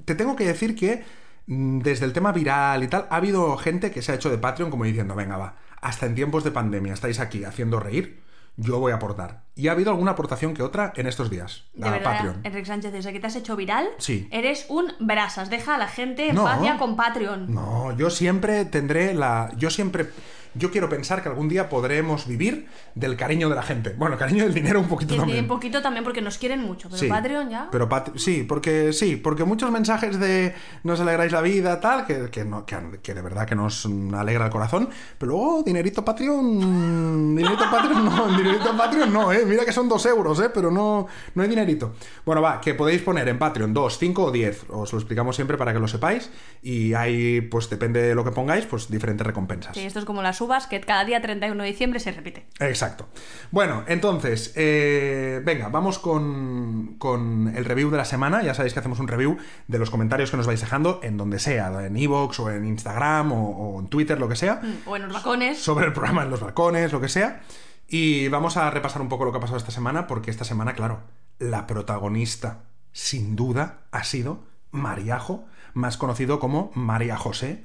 Speaker 2: Te tengo que decir que mm, desde el tema viral y tal, ha habido gente que se ha hecho de Patreon como diciendo, venga, va, hasta en tiempos de pandemia estáis aquí haciendo reír, yo voy a aportar. Y ha habido alguna aportación que otra en estos días
Speaker 3: De
Speaker 2: a
Speaker 3: verdad,
Speaker 2: Patreon.
Speaker 3: Enrique Sánchez, desde que te has hecho viral,
Speaker 2: Sí.
Speaker 3: eres un brasas. Deja a la gente en
Speaker 2: No.
Speaker 3: paz ya con Patreon.
Speaker 2: No, yo siempre tendré la. Yo siempre. Yo quiero pensar que algún día podremos vivir del cariño de la gente. Bueno, cariño del dinero un poquito
Speaker 3: Que
Speaker 2: también.
Speaker 3: un poquito también porque nos quieren mucho, pero
Speaker 2: Sí,
Speaker 3: Patreon ya.
Speaker 2: Pero Pat- sí, porque sí, porque muchos mensajes de nos alegráis la vida, tal, que, que no, que, que de verdad que nos mm, alegra el corazón, pero luego dinerito Patreon, [laughs] mm, dinerito Patreon no, dinerito Patreon no, eh, mira que son dos euros, eh, pero no, no hay dinerito. Bueno, va, que podéis poner en Patreon 2, 5 o 10, os lo explicamos siempre para que lo sepáis, y hay, pues depende de lo que pongáis, pues diferentes recompensas.
Speaker 3: Sí, esto es como las uvas que cada día 31 de diciembre se repite.
Speaker 2: Exacto. Bueno, entonces, eh, venga, vamos con, con el review de la semana. Ya sabéis que hacemos un review de los comentarios que nos vais dejando en donde sea, en Evox o en Instagram o, o en Twitter, lo que sea,
Speaker 3: O en los balcones.
Speaker 2: sobre el programa en los balcones, lo que sea. Y vamos a repasar un poco lo que ha pasado esta semana, porque esta semana, claro, la protagonista, sin duda, ha sido Mariajo, más conocido como María José,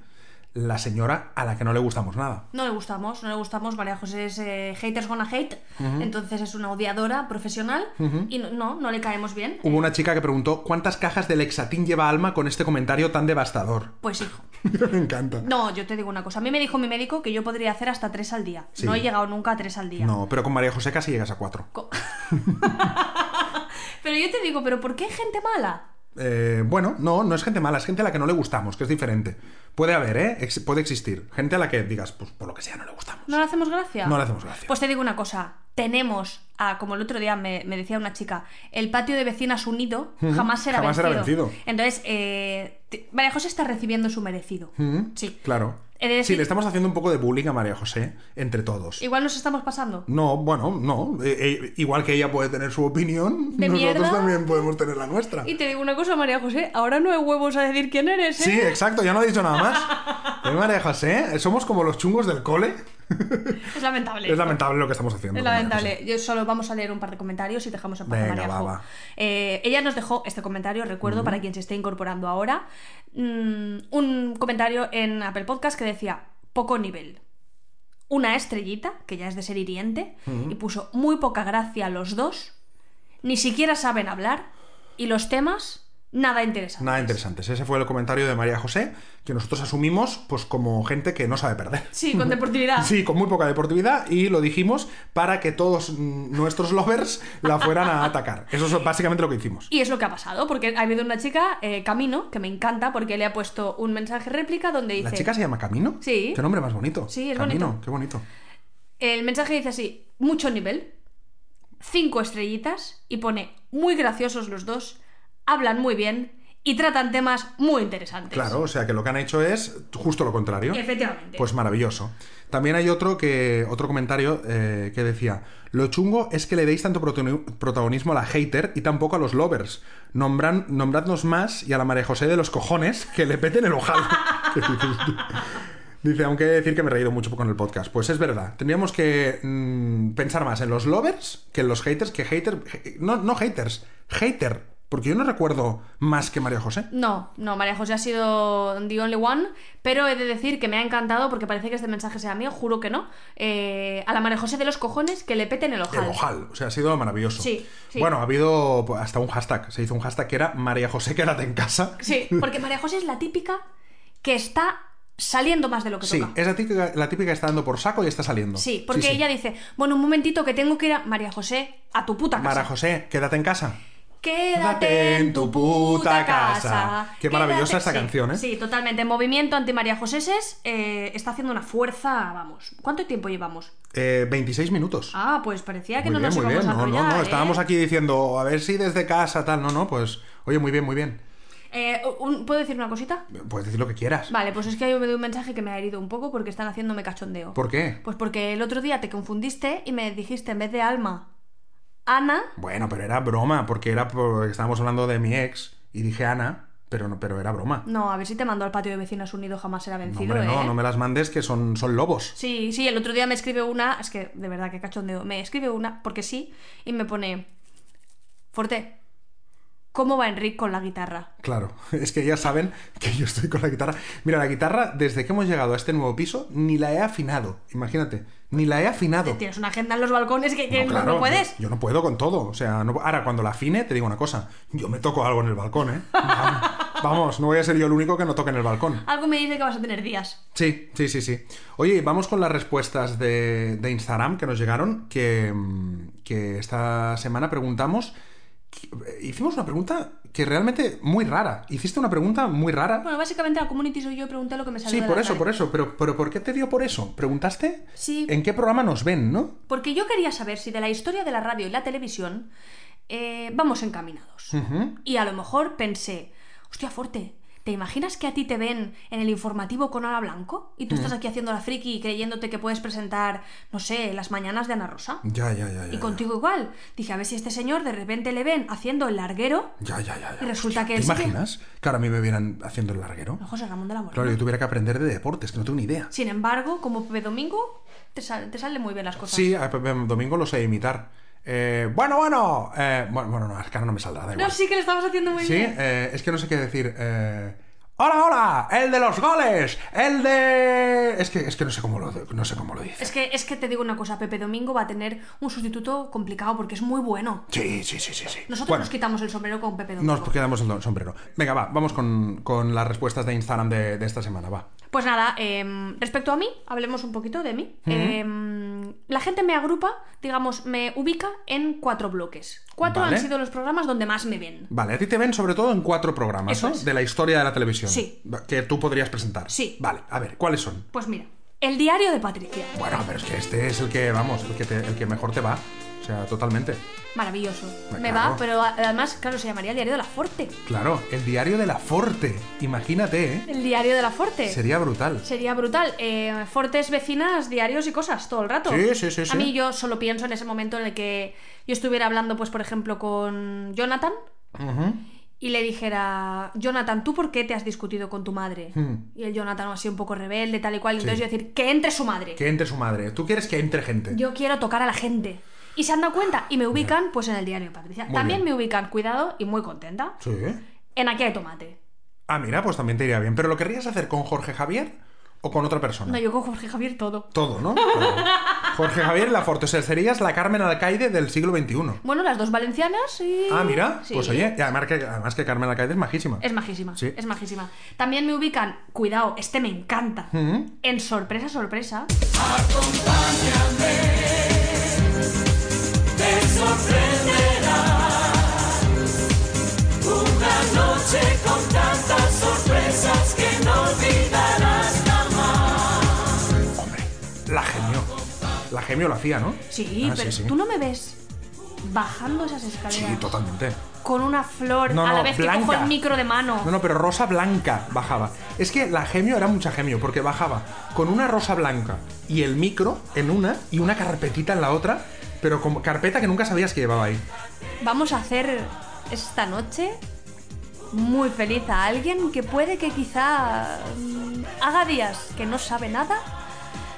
Speaker 2: la señora a la que no le gustamos nada.
Speaker 3: No le gustamos, no le gustamos. María José es eh, haters gonna hate, entonces es una odiadora profesional y no, no, no le caemos bien.
Speaker 2: Hubo una chica que preguntó cuántas cajas de Lexatín lleva Alma con este comentario tan devastador.
Speaker 3: Pues hijo.
Speaker 2: [laughs] Me encanta.
Speaker 3: No, yo te digo una cosa. A mí me dijo mi médico que yo podría hacer hasta tres al día.
Speaker 2: Sí.
Speaker 3: No he llegado nunca a tres al día.
Speaker 2: No, pero con María José casi llegas a cuatro.
Speaker 3: Co- [laughs] pero yo te digo, ¿pero por qué gente mala?
Speaker 2: Eh, bueno, no, no es gente mala, es gente a la que no le gustamos, que es diferente. Puede haber, ¿eh? Ex- puede existir. Gente a la que digas, pues por lo que sea, no le gustamos.
Speaker 3: ¿No le hacemos gracia?
Speaker 2: No le hacemos gracia.
Speaker 3: Pues te digo una cosa. Tenemos a, como el otro día me, me decía una chica, el patio de vecinas unido
Speaker 2: Ujú,
Speaker 3: jamás será
Speaker 2: jamás será
Speaker 3: vencido.
Speaker 2: vencido.
Speaker 3: Entonces, eh, te- María José está recibiendo su merecido.
Speaker 2: Ujú,
Speaker 3: Eh, Sí.
Speaker 2: Claro.
Speaker 3: He de
Speaker 2: Sí,
Speaker 3: decir-
Speaker 2: le estamos haciendo un poco de bullying a María José entre todos.
Speaker 3: Igual nos estamos pasando.
Speaker 2: No, bueno, no. Eh, eh, igual que ella puede tener su opinión,
Speaker 3: ¿De
Speaker 2: nosotros
Speaker 3: mierda?
Speaker 2: también podemos tener la nuestra.
Speaker 3: Y te digo una cosa, María José, ahora no hay huevos a decir quién eres, ¿eh?
Speaker 2: Sí, exacto, ya no he dicho nada
Speaker 3: [laughs]
Speaker 2: más. Eh, María José, somos como los chungos del cole.
Speaker 3: Es lamentable.
Speaker 2: Es lamentable lo que estamos haciendo.
Speaker 3: Es
Speaker 2: con María
Speaker 3: lamentable.
Speaker 2: José.
Speaker 3: Yo solo vamos a leer un par de comentarios y dejamos en paz a
Speaker 2: Venga,
Speaker 3: María
Speaker 2: va,
Speaker 3: Jo.
Speaker 2: va.
Speaker 3: Eh, ella nos dejó este comentario, recuerdo, para quien se esté incorporando ahora, mm, un comentario en Apple Podcast que decía, poco nivel. Una estrellita, que ya es de ser hiriente, y puso muy poca gracia a los dos, ni siquiera saben hablar, y los temas, nada interesante.
Speaker 2: Nada interesantes. Ese fue el comentario de María José, que nosotros asumimos pues como gente que no sabe perder.
Speaker 3: Sí, con deportividad.
Speaker 2: [laughs] Sí, con muy poca deportividad y lo dijimos para que todos mm, nuestros lovers la fueran a atacar. Eso es básicamente lo que hicimos.
Speaker 3: Y es lo que ha pasado, porque ha habido una chica, eh, Camino, que me encanta, porque le ha puesto un mensaje réplica donde dice...
Speaker 2: ¿La chica se llama Camino?
Speaker 3: Sí.
Speaker 2: Qué nombre más bonito.
Speaker 3: Sí, es
Speaker 2: Camino,
Speaker 3: bonito.
Speaker 2: qué bonito.
Speaker 3: El mensaje dice así, mucho nivel, cinco estrellitas y pone muy graciosos los dos, hablan muy bien y tratan temas muy interesantes.
Speaker 2: Claro, o sea que lo que han hecho es justo lo contrario.
Speaker 3: Efectivamente.
Speaker 2: Pues maravilloso. También hay otro que otro comentario eh, que decía: Lo chungo es que le deis tanto protoni- protagonismo a la hater y tampoco a los lovers. Nombran, nombradnos más y a la María José de los cojones que le peten el ojal. [laughs] ¿Qué dices tú? Dice, aunque he de decir que me he reído mucho con el podcast. Pues es verdad, tendríamos que mm, pensar más en los lovers que en los haters, que hater... he- no, no haters, hater. Porque yo no recuerdo más que María José.
Speaker 3: No, no, María José ha sido the only one, pero he de decir que me ha encantado porque parece que este mensaje sea mío, juro que no. eh, a la María José de los cojones que le peten el ojal.
Speaker 2: El ojal, o sea, ha sido maravilloso.
Speaker 3: Sí, sí.
Speaker 2: Bueno, ha habido hasta un hashtag. Se hizo un hashtag que era María José, quédate en casa.
Speaker 3: Sí, porque María José es la típica que está saliendo más de lo que
Speaker 2: Sí,
Speaker 3: toca.
Speaker 2: es la típica, la típica que está dando por saco y está saliendo.
Speaker 3: Sí, porque
Speaker 2: sí.
Speaker 3: ella dice, bueno, un momentito que tengo que ir a María José a tu puta casa.
Speaker 2: María José, quédate en casa.
Speaker 3: Quédate en tu puta casa.
Speaker 2: Qué maravillosa
Speaker 3: Quédate-
Speaker 2: esta
Speaker 3: sí,
Speaker 2: canción, ¿eh?
Speaker 3: Sí, totalmente. Movimiento anti María Joséses eh, está haciendo una fuerza, vamos. ¿Cuánto tiempo llevamos?
Speaker 2: Eh, 26 minutos.
Speaker 3: Ah, pues parecía que
Speaker 2: muy
Speaker 3: no
Speaker 2: bien,
Speaker 3: nos
Speaker 2: muy
Speaker 3: íbamos
Speaker 2: bien.
Speaker 3: a
Speaker 2: No, no,
Speaker 3: enrollar,
Speaker 2: no.
Speaker 3: ¿eh?
Speaker 2: Estábamos aquí diciendo, a ver si desde casa, tal. No, no, pues, oye, muy bien, muy bien.
Speaker 3: Eh, un- ¿Puedo decir una cosita?
Speaker 2: Puedes decir lo que quieras.
Speaker 3: Vale, pues es que yo me doy un mensaje que me ha herido un poco porque están haciéndome cachondeo.
Speaker 2: ¿Por qué?
Speaker 3: Pues porque el otro día te confundiste y me dijiste en vez de Alma, Ana.
Speaker 2: Bueno, pero era broma, porque era porque estábamos hablando de mi ex y dije Ana, pero, no, pero era broma.
Speaker 3: No, a ver si te mando al patio de vecinos unido jamás será
Speaker 2: No,
Speaker 3: vencido,
Speaker 2: hombre, no,
Speaker 3: ¿eh?
Speaker 2: no me las mandes que son, son lobos.
Speaker 3: Sí, sí, el otro día me escribe una, es que de verdad que cachondeo, me escribe una, porque sí, y me pone, Forte, ¿cómo va Enric con la guitarra?
Speaker 2: Claro, [laughs] es que ya saben que yo estoy con la guitarra. Mira, la guitarra, desde que hemos llegado a este nuevo piso, ni la he afinado. Imagínate, ni la he afinado.
Speaker 3: Tienes una agenda en los balcones que, que no,
Speaker 2: claro,
Speaker 3: no puedes.
Speaker 2: Yo, yo no puedo con todo. O sea, no- ahora cuando la afine, te digo una cosa. Yo me toco algo en el balcón, ¿eh?
Speaker 3: [laughs]
Speaker 2: Vamos, vamos, no voy a ser yo el único que no toque en el balcón.
Speaker 3: Algo me dice que vas a tener días.
Speaker 2: Sí, sí, sí, sí. Oye, y vamos con las respuestas de, de Instagram que nos llegaron, que, mm, que esta semana preguntamos... que- eh, Hicimos una pregunta que realmente muy rara. Hiciste una pregunta muy rara.
Speaker 3: Bueno, básicamente la community soy yo, pregunté lo que me salió
Speaker 2: Sí,
Speaker 3: de
Speaker 2: por
Speaker 3: la
Speaker 2: eso,
Speaker 3: nariz.
Speaker 2: por eso. Pero, pero ¿por qué te dio por eso? ¿Preguntaste?
Speaker 3: Sí.
Speaker 2: ¿En qué programa nos ven, no?
Speaker 3: Porque yo quería saber si de la historia de la radio y la televisión eh, vamos encaminados.
Speaker 2: Ujú.
Speaker 3: Y a lo mejor pensé, hostia, Forte, ¿te imaginas que a ti te ven en el informativo con Ana Blanco? Y
Speaker 2: Mm.
Speaker 3: tú estás aquí haciendo la friki y creyéndote que puedes presentar, no sé, las mañanas de Ana Rosa.
Speaker 2: Ya, ya, ya. ya,
Speaker 3: Y
Speaker 2: ya.
Speaker 3: contigo igual. Dije, a ver si este señor de repente le ven haciendo el larguero.
Speaker 2: Ya, ya, ya. ya.
Speaker 3: Y resulta
Speaker 2: Hostia, ¿Te
Speaker 3: que él sí que-
Speaker 2: imaginas que ahora a mí me vieran haciendo el larguero?
Speaker 3: No, José Ramón de la Morena.
Speaker 2: Claro, yo tuviera que aprender de deportes, que no tengo ni idea.
Speaker 3: Sin embargo, como Pepe Domingo, te, sal- te salen muy bien las cosas.
Speaker 2: Sí, a Pepe Domingo lo sé imitar. Eh, bueno, bueno. eh, bueno, bueno, no, es que ahora no me saldrá, da igual.
Speaker 3: No, sí que le estabas haciendo muy
Speaker 2: Sí,
Speaker 3: bien.
Speaker 2: eh, es que no sé qué decir. eh, ¡Hola, hola! ¡El de los goles! ¡El de...! Es que, es que no, sé cómo lo, no sé cómo lo dice.
Speaker 3: Es que, es que te digo una cosa, Pepe Domingo va a tener un sustituto complicado porque es muy bueno.
Speaker 2: Sí, sí, sí, sí. sí.
Speaker 3: Nosotros
Speaker 2: Bueno,
Speaker 3: nos quitamos el sombrero con Pepe Domingo.
Speaker 2: nos quedamos en el sombrero. Venga, va, vamos con, con las respuestas de Instagram de, de esta semana, va.
Speaker 3: Pues nada, em, respecto a mí, hablemos un poquito de mí. Em, la gente me agrupa, digamos, me ubica en cuatro bloques. Cuatro
Speaker 2: Vale.
Speaker 3: han sido los programas donde más me ven.
Speaker 2: Vale, a ti te ven sobre todo en cuatro programas,
Speaker 3: Eso
Speaker 2: ¿no?
Speaker 3: es.
Speaker 2: De la historia de la televisión.
Speaker 3: Sí.
Speaker 2: Que tú podrías presentar.
Speaker 3: Sí.
Speaker 2: Vale, a ver, ¿cuáles son?
Speaker 3: Pues mira, el diario de Patricia.
Speaker 2: Bueno, pero es que este es el que, vamos, el que, te- el que mejor te va. O O sea, totalmente.
Speaker 3: Maravilloso.
Speaker 2: Bah,
Speaker 3: Me
Speaker 2: claro.
Speaker 3: va, pero a- además, claro, se llamaría el diario de la Forte.
Speaker 2: Claro, el diario de la Forte. Imagínate, ¿eh?
Speaker 3: El diario de la Forte.
Speaker 2: Sería brutal.
Speaker 3: Sería brutal. Eh, fortes vecinas, diarios y cosas todo el rato.
Speaker 2: Sí, sí, sí, sí.
Speaker 3: A mí yo solo pienso en ese momento en el que yo estuviera hablando, pues, por ejemplo, con Jonathan
Speaker 2: Ujú.
Speaker 3: y le dijera, Jonathan, ¿tú por qué te has discutido con tu madre?
Speaker 2: Hmm.
Speaker 3: Y el Jonathan así un poco rebelde, tal y cual. Y
Speaker 2: Sí.
Speaker 3: entonces yo decir, que entre su madre.
Speaker 2: Que entre su madre. Tú quieres que entre gente.
Speaker 3: Yo quiero tocar a la gente. Y se han dado cuenta y me ubican, pues, en el diario de Patricia.
Speaker 2: Muy
Speaker 3: También
Speaker 2: bien.
Speaker 3: me ubican, cuidado y muy contenta,
Speaker 2: Sí.
Speaker 3: en Aquí hay tomate.
Speaker 2: Ah, mira, pues también te iría bien. ¿Pero lo querrías hacer con Jorge Javier o con otra persona?
Speaker 3: No, yo con Jorge Javier todo.
Speaker 2: Todo, ¿no? Claro. Jorge Javier Laforte. O sea, serías la Carmen Alcaide del siglo XXI.
Speaker 3: Bueno, las dos valencianas y...
Speaker 2: Ah, mira.
Speaker 3: Sí.
Speaker 2: Pues oye, y además que, además que Carmen Alcaide es majísima.
Speaker 3: Es majísima,
Speaker 2: Sí.
Speaker 3: es majísima. También me ubican, cuidado, este me encanta.
Speaker 2: Ujú.
Speaker 3: En sorpresa, sorpresa.
Speaker 6: Una noche con tantas sorpresas que no olvidarás jamás.
Speaker 2: Hombre, la genio. La genio la hacía, ¿no?
Speaker 3: Sí,
Speaker 2: Ah,
Speaker 3: pero
Speaker 2: sí, sí.
Speaker 3: tú no me ves bajando esas escaleras
Speaker 2: Sí, totalmente.
Speaker 3: con una flor
Speaker 2: No,
Speaker 3: a la
Speaker 2: no,
Speaker 3: vez
Speaker 2: blanca.
Speaker 3: que cojo el micro de mano.
Speaker 2: No, no, pero rosa blanca bajaba. Es que la gemio era mucha gemio, porque bajaba con una rosa blanca y el micro en una y una carpetita en la otra, pero como carpeta que nunca sabías que llevaba ahí.
Speaker 3: Vamos a hacer esta noche muy feliz a alguien que puede que quizá mm, haga días que no sabe nada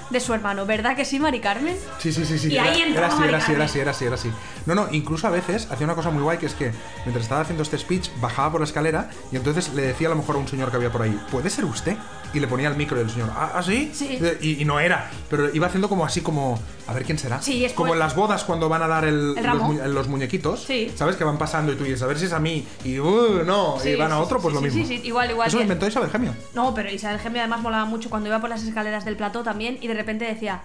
Speaker 3: de su hermano. ¿Verdad que sí, Mari Carmen?
Speaker 2: Sí, sí, sí, sí.
Speaker 3: Y ahí
Speaker 2: era
Speaker 3: entraba
Speaker 2: así,
Speaker 3: Mari
Speaker 2: era así, era
Speaker 3: Carmen.
Speaker 2: así, era así, era así. No, no, incluso a veces hacía una cosa muy guay que es que mientras estaba haciendo este speech bajaba por la escalera y entonces le decía a lo mejor a un señor que había por ahí, ¿puede ser usted? Y le ponía el micro y el señor, ¿ah, ah, sí?
Speaker 3: Sí.
Speaker 2: Y, y no era, pero iba haciendo como así como, a ver quién será.
Speaker 3: Sí, es
Speaker 2: como
Speaker 3: muy-
Speaker 2: en las bodas cuando van a dar el,
Speaker 3: El
Speaker 2: los,
Speaker 3: ramo.
Speaker 2: mu- los muñequitos,
Speaker 3: Sí.
Speaker 2: ¿sabes? Que van pasando y tú dices, a ver si es a mí y uh, no, y
Speaker 3: Sí,
Speaker 2: van a
Speaker 3: sí,
Speaker 2: otro,
Speaker 3: sí,
Speaker 2: pues
Speaker 3: sí,
Speaker 2: lo
Speaker 3: sí,
Speaker 2: mismo.
Speaker 3: sí, sí, igual, igual
Speaker 2: Eso
Speaker 3: que-
Speaker 2: lo inventó Isabel Gemio.
Speaker 3: No, pero Isabel Gemio además molaba mucho cuando iba por las escaleras del plató también y de repente decía,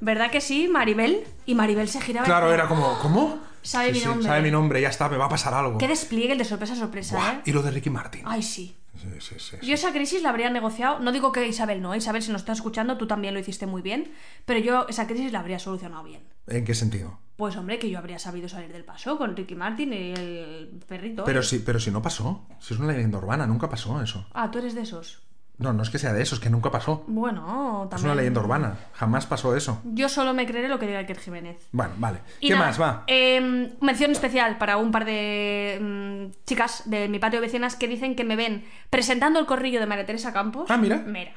Speaker 3: ¿verdad que sí, Maribel? Y Maribel se giraba. y
Speaker 2: Claro,
Speaker 3: decía,
Speaker 2: era como, ¿cómo?
Speaker 3: Sabe
Speaker 2: Sí,
Speaker 3: mi
Speaker 2: sí,
Speaker 3: nombre.
Speaker 2: Sabe mi nombre, ya está, me va a pasar algo.
Speaker 3: Qué despliegue el de sorpresa, sorpresa,
Speaker 2: Buah,
Speaker 3: ¿eh?
Speaker 2: Y lo de Ricky Martin.
Speaker 3: Ay, sí.
Speaker 2: Sí, sí, sí.
Speaker 3: Yo esa crisis la habría negociado. No digo que Isabel no, Isabel, si nos estás escuchando, tú también lo hiciste muy bien. Pero yo esa crisis la habría solucionado bien.
Speaker 2: ¿En qué sentido?
Speaker 3: Pues hombre, que yo habría sabido salir del paso con Ricky Martin y el perrito. ¿eh?
Speaker 2: Pero si, pero si no pasó. Si es una leyenda urbana, nunca pasó eso.
Speaker 3: Ah, tú eres de esos.
Speaker 2: No, no es que sea de eso, es que nunca pasó.
Speaker 3: Bueno,
Speaker 2: Es
Speaker 3: también.
Speaker 2: una leyenda urbana. Jamás pasó eso.
Speaker 3: Yo solo me creeré lo que diga Iker Jiménez.
Speaker 2: Bueno, vale.
Speaker 3: Y
Speaker 2: ¿Qué
Speaker 3: nada,
Speaker 2: más va?
Speaker 3: eh, mención especial para un par de mm, chicas de mi patio de vecinas que dicen que me ven presentando el corrillo de María Teresa Campos.
Speaker 2: Ah, mira.
Speaker 3: Mira.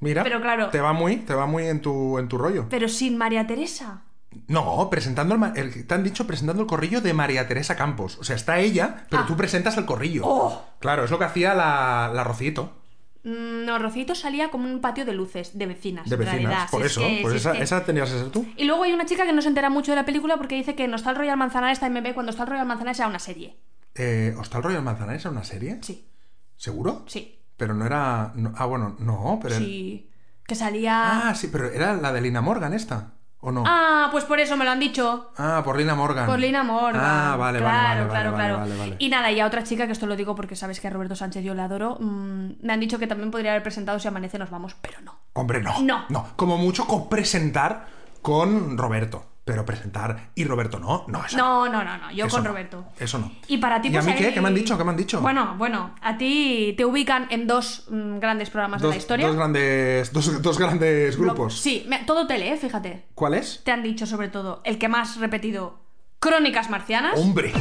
Speaker 2: Mira,
Speaker 3: pero claro.
Speaker 2: te va muy, te va muy en tu, en tu rollo.
Speaker 3: Pero sin María Teresa.
Speaker 2: No, presentando el, ma- el- te han dicho presentando el corrillo de María Teresa Campos. O sea, está ella, pero
Speaker 3: Ah.
Speaker 2: tú presentas el corrillo.
Speaker 3: ¡Oh!
Speaker 2: Claro, es lo que hacía la, la Rocito.
Speaker 3: Mm, No, Rocito salía como un patio de luces, de vecinas.
Speaker 2: De
Speaker 3: en
Speaker 2: vecinas,
Speaker 3: realidad.
Speaker 2: por
Speaker 3: Si es
Speaker 2: eso,
Speaker 3: que-
Speaker 2: pues
Speaker 3: si es
Speaker 2: esa,
Speaker 3: que-
Speaker 2: esa tendrías que ser tú.
Speaker 3: Y luego hay una chica que no se entera mucho de la película porque dice que no está el Royal Manzanares también me ve cuando está el Royal Manzanares era una serie.
Speaker 2: Eh, ¿Hostal Royal Manzanares era una serie?
Speaker 3: Sí,
Speaker 2: ¿Seguro?
Speaker 3: sí,
Speaker 2: Pero no era. no- ah, bueno, no, pero.
Speaker 3: sí. Que salía...
Speaker 2: Ah, sí, pero era la de Lina Morgan esta, ¿o no?
Speaker 3: Ah, pues por eso me lo han dicho.
Speaker 2: Ah, por Lina Morgan.
Speaker 3: Por Lina Morgan.
Speaker 2: Ah, vale,
Speaker 3: claro,
Speaker 2: vale, vale,
Speaker 3: claro,
Speaker 2: vale,
Speaker 3: claro.
Speaker 2: vale, vale.
Speaker 3: Y nada, y a otra chica, que esto lo digo porque sabes que a Roberto Sánchez yo le adoro, mm, me han dicho que también podría haber presentado Si amanece nos vamos, pero no.
Speaker 2: Hombre, no.
Speaker 3: No.
Speaker 2: como mucho con presentar con Roberto. Pero presentar y Roberto no, no, eso
Speaker 3: No, no, no, no, yo
Speaker 2: Eso
Speaker 3: con
Speaker 2: no.
Speaker 3: Roberto.
Speaker 2: Eso no.
Speaker 3: Y para ti,
Speaker 2: ¿Y a
Speaker 3: pues,
Speaker 2: mí qué?
Speaker 3: ahí-
Speaker 2: ¿Qué me han dicho? ¿Qué me han dicho?
Speaker 3: Bueno, bueno, a ti te ubican en dos mm, grandes programas
Speaker 2: dos,
Speaker 3: de la historia.
Speaker 2: Dos grandes, dos, dos grandes grupos.
Speaker 3: Sí, me- todo tele, eh, fíjate.
Speaker 2: ¿Cuál es?
Speaker 3: Te han dicho sobre todo el que más repetido, Crónicas Marcianas.
Speaker 2: Hombre.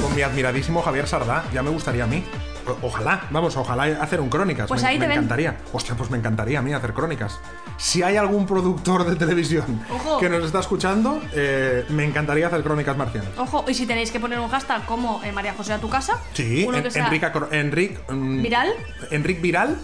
Speaker 2: Con mi admiradísimo Javier Sardá, ya me gustaría a mí. O- Ojalá, vamos, ojalá hacer un crónicas.
Speaker 3: Pues
Speaker 2: me,
Speaker 3: ahí
Speaker 2: me
Speaker 3: te ven.
Speaker 2: encantaría. Hostia, pues me encantaría a mí hacer crónicas. Si hay algún productor de televisión
Speaker 3: Ojo.
Speaker 2: que nos está escuchando, eh, me encantaría hacer crónicas marcianas.
Speaker 3: Ojo, y si tenéis que poner un hashtag como eh, María José a tu casa,
Speaker 2: Sí,
Speaker 3: uno
Speaker 2: en,
Speaker 3: que sea
Speaker 2: Enric, Acro- Enric, mm,
Speaker 3: Viral.
Speaker 2: Enric Viral,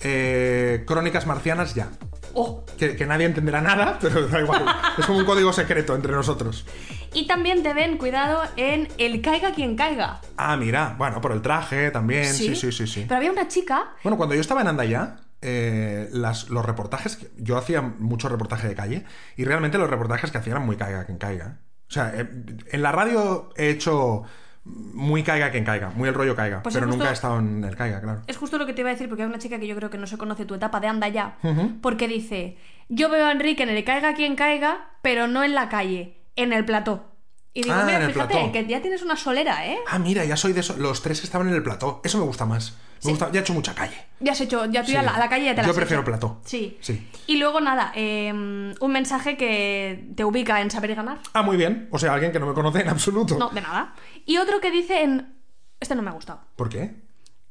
Speaker 2: eh, crónicas marcianas ya.
Speaker 3: Oh,
Speaker 2: Que, que nadie entenderá nada, [laughs] pero da igual. es como un código secreto entre nosotros.
Speaker 3: Y también te ven, cuidado, en El Caiga Quien Caiga.
Speaker 2: Ah, mira, bueno, por el traje también. Sí, sí, sí, sí.
Speaker 3: Pero había una chica.
Speaker 2: Bueno, cuando yo estaba en Andaya, eh, las, los reportajes, que- yo hacía mucho reportaje de calle y realmente los reportajes que hacían eran muy caiga quien caiga. O sea, eh, en la radio he hecho muy caiga quien caiga, muy el rollo caiga,
Speaker 3: Pues he
Speaker 2: pero nunca he
Speaker 3: puesto-
Speaker 2: estado en el caiga, claro.
Speaker 3: Es justo lo que te iba a decir, porque hay una chica que yo creo que no se conoce tu etapa de anda ya. Porque dice: Yo veo a Enrique en El Caiga Quien Caiga, pero no en la calle. en el plató. Y digo,
Speaker 2: Ah, en
Speaker 3: mira,
Speaker 2: el
Speaker 3: fíjate,
Speaker 2: plató.
Speaker 3: que ya tienes una solera, ¿eh?
Speaker 2: Ah, mira, ya soy de eso. Los tres que estaban en el plató. Eso me gusta más. Me gusta, ya he hecho mucha calle.
Speaker 3: Ya has hecho, ya tú
Speaker 2: Sí.
Speaker 3: ya la, la calle ya te la
Speaker 2: Yo
Speaker 3: has
Speaker 2: prefiero
Speaker 3: hecho.
Speaker 2: plató.
Speaker 3: Sí.
Speaker 2: Sí.
Speaker 3: Y luego nada, eh, un mensaje que te ubica en saber y ganar.
Speaker 2: Ah, muy bien. O sea, alguien que no me conoce en absoluto.
Speaker 3: No, de nada. Y otro que dice en. Este no me ha gustado.
Speaker 2: ¿Por qué?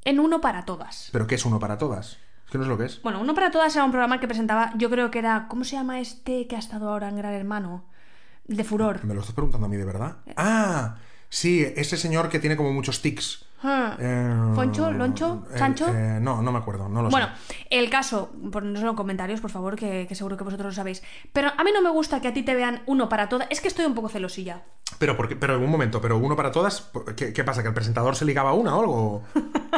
Speaker 3: En uno para todas.
Speaker 2: ¿Pero qué es uno para todas? Es que no es lo que es.
Speaker 3: Bueno, uno para todas era un programa que presentaba, yo creo que era. ¿Cómo se llama este que ha estado ahora en Gran Hermano? De furor.
Speaker 2: ¿Me lo estás preguntando a mí de verdad? Ah, sí, ese señor que tiene como muchos tics.
Speaker 3: Ah.
Speaker 2: Eh,
Speaker 3: ¿Foncho? ¿Loncho?
Speaker 2: eh,
Speaker 3: ¿Sancho?
Speaker 2: eh, no, no me acuerdo, no lo
Speaker 3: Bueno,
Speaker 2: sé.
Speaker 3: el caso, ponnoslo en comentarios, por favor, que, que seguro que vosotros lo sabéis. Pero a mí no me gusta que a ti te vean uno para todas. Es que estoy un poco celosilla.
Speaker 2: Pero, porque, pero un momento, pero uno para todas, ¿qué, qué pasa? ¿Que el presentador se ligaba a una o
Speaker 3: [laughs]
Speaker 2: algo?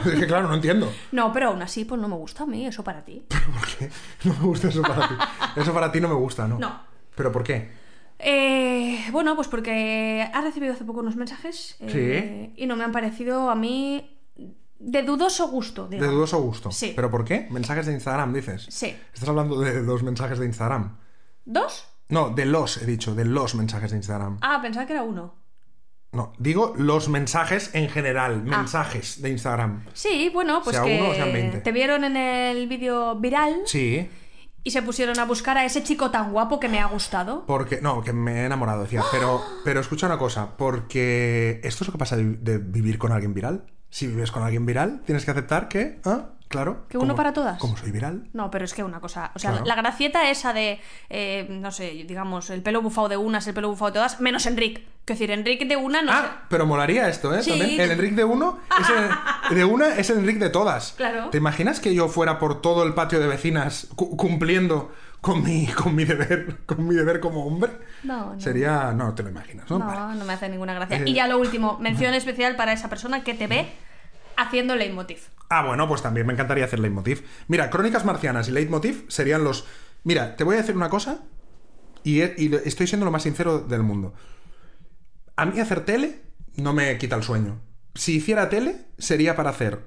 Speaker 2: es que claro, no entiendo.
Speaker 3: No, pero aún así, pues no me gusta a mí, eso para ti.
Speaker 2: ¿Por qué? No me gusta eso para ti. Eso para ti no me gusta, ¿no?
Speaker 3: No.
Speaker 2: ¿Pero por qué?
Speaker 3: Eh, bueno, pues porque has recibido hace poco unos mensajes eh, y no me han parecido a mí de dudoso gusto.
Speaker 2: De
Speaker 3: digamos.
Speaker 2: dudoso gusto.
Speaker 3: Sí.
Speaker 2: ¿Pero por qué? Mensajes de Instagram, dices.
Speaker 3: Sí.
Speaker 2: Estás hablando de los mensajes de Instagram.
Speaker 3: ¿Dos?
Speaker 2: No, de los, he dicho, de los mensajes de Instagram.
Speaker 3: Ah, pensaba que era uno.
Speaker 2: No, digo los mensajes en general,
Speaker 3: Ah.
Speaker 2: mensajes de Instagram.
Speaker 3: Sí, bueno, pues
Speaker 2: Sea
Speaker 3: que
Speaker 2: uno o sean 20.
Speaker 3: te vieron en el vídeo viral
Speaker 2: Sí,
Speaker 3: y se pusieron a buscar a ese chico tan guapo que me ha gustado.
Speaker 2: porque. No, que me he enamorado, decía. Pero, pero escucha una cosa, porque. ¿Esto es lo que pasa de, de vivir con alguien viral? Si vives con alguien viral, tienes que aceptar que. ¿Ah? Claro.
Speaker 3: Que uno
Speaker 2: como-
Speaker 3: para todas.
Speaker 2: Como soy viral.
Speaker 3: No, pero es que una cosa, o sea,
Speaker 2: Claro.
Speaker 3: la gracieta esa de, eh, no sé, digamos, el pelo bufado de unas, el pelo bufado de todas, menos Enric. Que decir, Enric de una no sé-
Speaker 2: Ah, pero molaría esto, ¿eh?
Speaker 3: Sí.
Speaker 2: También. El Enric de uno es el- de una es el Enric de todas.
Speaker 3: Claro.
Speaker 2: ¿Te imaginas que yo fuera por todo el patio de vecinas cu- cumpliendo con mi, con mi deber, con mi deber como hombre?
Speaker 3: No, no.
Speaker 2: Sería. No, te lo imaginas, ¿no?
Speaker 3: No,
Speaker 2: Vale.
Speaker 3: no me hace ninguna gracia.
Speaker 2: Eh,
Speaker 3: y ya lo último, mención especial para esa persona que te ve haciendo leitmotiv.
Speaker 2: Ah, bueno, pues también me encantaría hacer leitmotiv. Mira, Crónicas Marcianas y leitmotiv serían los... Mira, te voy a decir una cosa y, he- y estoy siendo lo más sincero del mundo. A mí hacer tele no me quita el sueño. Si hiciera tele, sería para hacer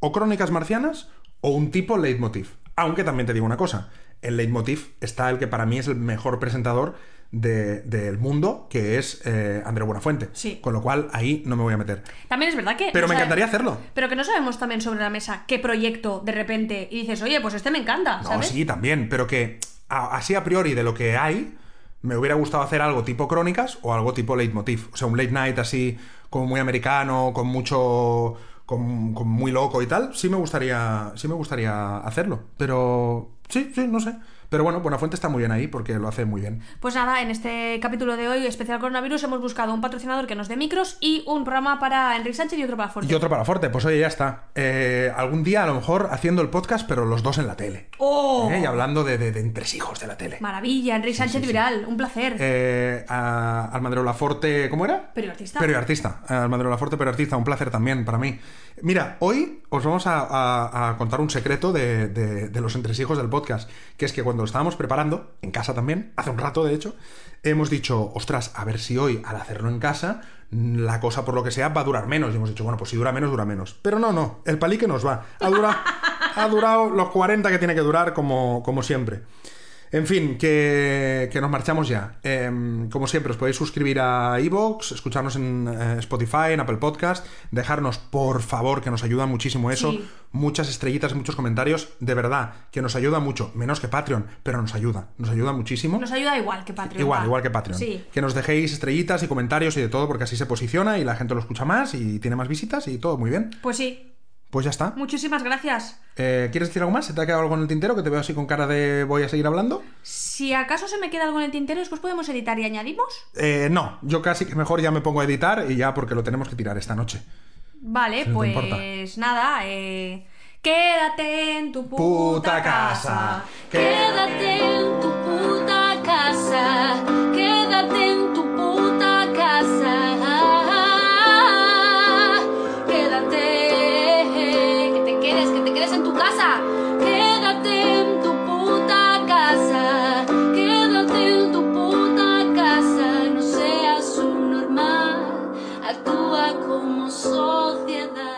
Speaker 2: o Crónicas Marcianas o un tipo leitmotiv. Aunque también te digo una cosa, en leitmotiv está el que para mí es el mejor presentador de- del mundo, que es eh, André Buenafuente.
Speaker 3: Sí.
Speaker 2: Con lo cual ahí no me voy a meter.
Speaker 3: También es verdad que...
Speaker 2: Pero
Speaker 3: no
Speaker 2: me
Speaker 3: sabe-
Speaker 2: encantaría hacerlo.
Speaker 3: Pero que no sabemos también sobre la mesa qué proyecto de repente y dices, oye, pues este me encanta,
Speaker 2: No,
Speaker 3: ¿sabes?
Speaker 2: sí, también, pero que a- así a priori de lo que hay, me hubiera gustado hacer algo tipo crónicas o algo tipo leitmotiv. O sea, un late night así, como muy americano, con mucho. con, con muy loco y tal. Sí me gustaría. Sí me gustaría hacerlo. Pero. Sí, sí, no sé. Pero bueno, Buenafuente está muy bien ahí porque lo hace muy bien.
Speaker 3: Pues nada, en este capítulo de hoy, especial coronavirus, hemos buscado un patrocinador que nos dé micros y un programa para Enrique Sánchez y otro para Forte.
Speaker 2: Y otro para Forte, pues oye, ya está. Eh, algún día a lo mejor haciendo el podcast, pero los dos en la tele.
Speaker 3: ¡Oh!
Speaker 2: Eh, Y hablando de, de, de entresijos de la tele.
Speaker 3: Maravilla, Enrique Sánchez Viral, un placer.
Speaker 2: Eh, a Almendro Laforte, ¿cómo era?
Speaker 3: Periodista.
Speaker 2: Periodista. Almendro Laforte, periodista. Un placer también para mí. Mira, hoy os vamos a, a- a contar un secreto de, de- de los entresijos del podcast, que es que cuando lo estábamos preparando, en casa también, hace un rato de hecho, hemos dicho, ostras, a ver si hoy al hacerlo en casa, la cosa por lo que sea va a durar menos. Y hemos dicho, bueno, pues si dura menos, dura menos. Pero no, no, el palique nos va. Ha durado, ha durado los 40 que tiene que durar como, como siempre. En fin, que, que nos marchamos ya. Em, como siempre, os podéis suscribir a Evox, escucharnos en eh, Spotify, en Apple Podcast, dejarnos, por favor, que nos ayuda muchísimo eso,
Speaker 3: Sí.
Speaker 2: muchas estrellitas, muchos comentarios, de verdad, que nos ayuda mucho, menos que Patreon, pero nos ayuda, nos ayuda muchísimo.
Speaker 3: Nos ayuda igual que Patreon.
Speaker 2: Igual,
Speaker 3: va.
Speaker 2: igual que Patreon.
Speaker 3: Sí.
Speaker 2: Que nos dejéis estrellitas y comentarios y de todo, porque así se posiciona y la gente lo escucha más y tiene más visitas y todo muy bien.
Speaker 3: Pues sí,
Speaker 2: Pues ya está.
Speaker 3: muchísimas gracias.
Speaker 2: Eh, ¿Quieres decir algo más? ¿Se te ha quedado algo en el tintero que te veo así con cara de voy a seguir hablando?
Speaker 3: Si acaso se me queda algo en el tintero, después podemos editar y añadimos.
Speaker 2: Eh, no, yo casi que mejor ya me pongo a editar y ya porque lo tenemos que tirar esta noche.
Speaker 3: Vale,
Speaker 2: Si no te
Speaker 3: pues nada, eh, quédate en tu puta,
Speaker 2: Puta casa.
Speaker 7: Quédate en tu puta casa, quédate en tu puta casa, quédate, que te quedes, que te quedes en tu casa, quédate en tu puta casa, quédate en tu puta casa, no seas un normal, actúa como sociedad.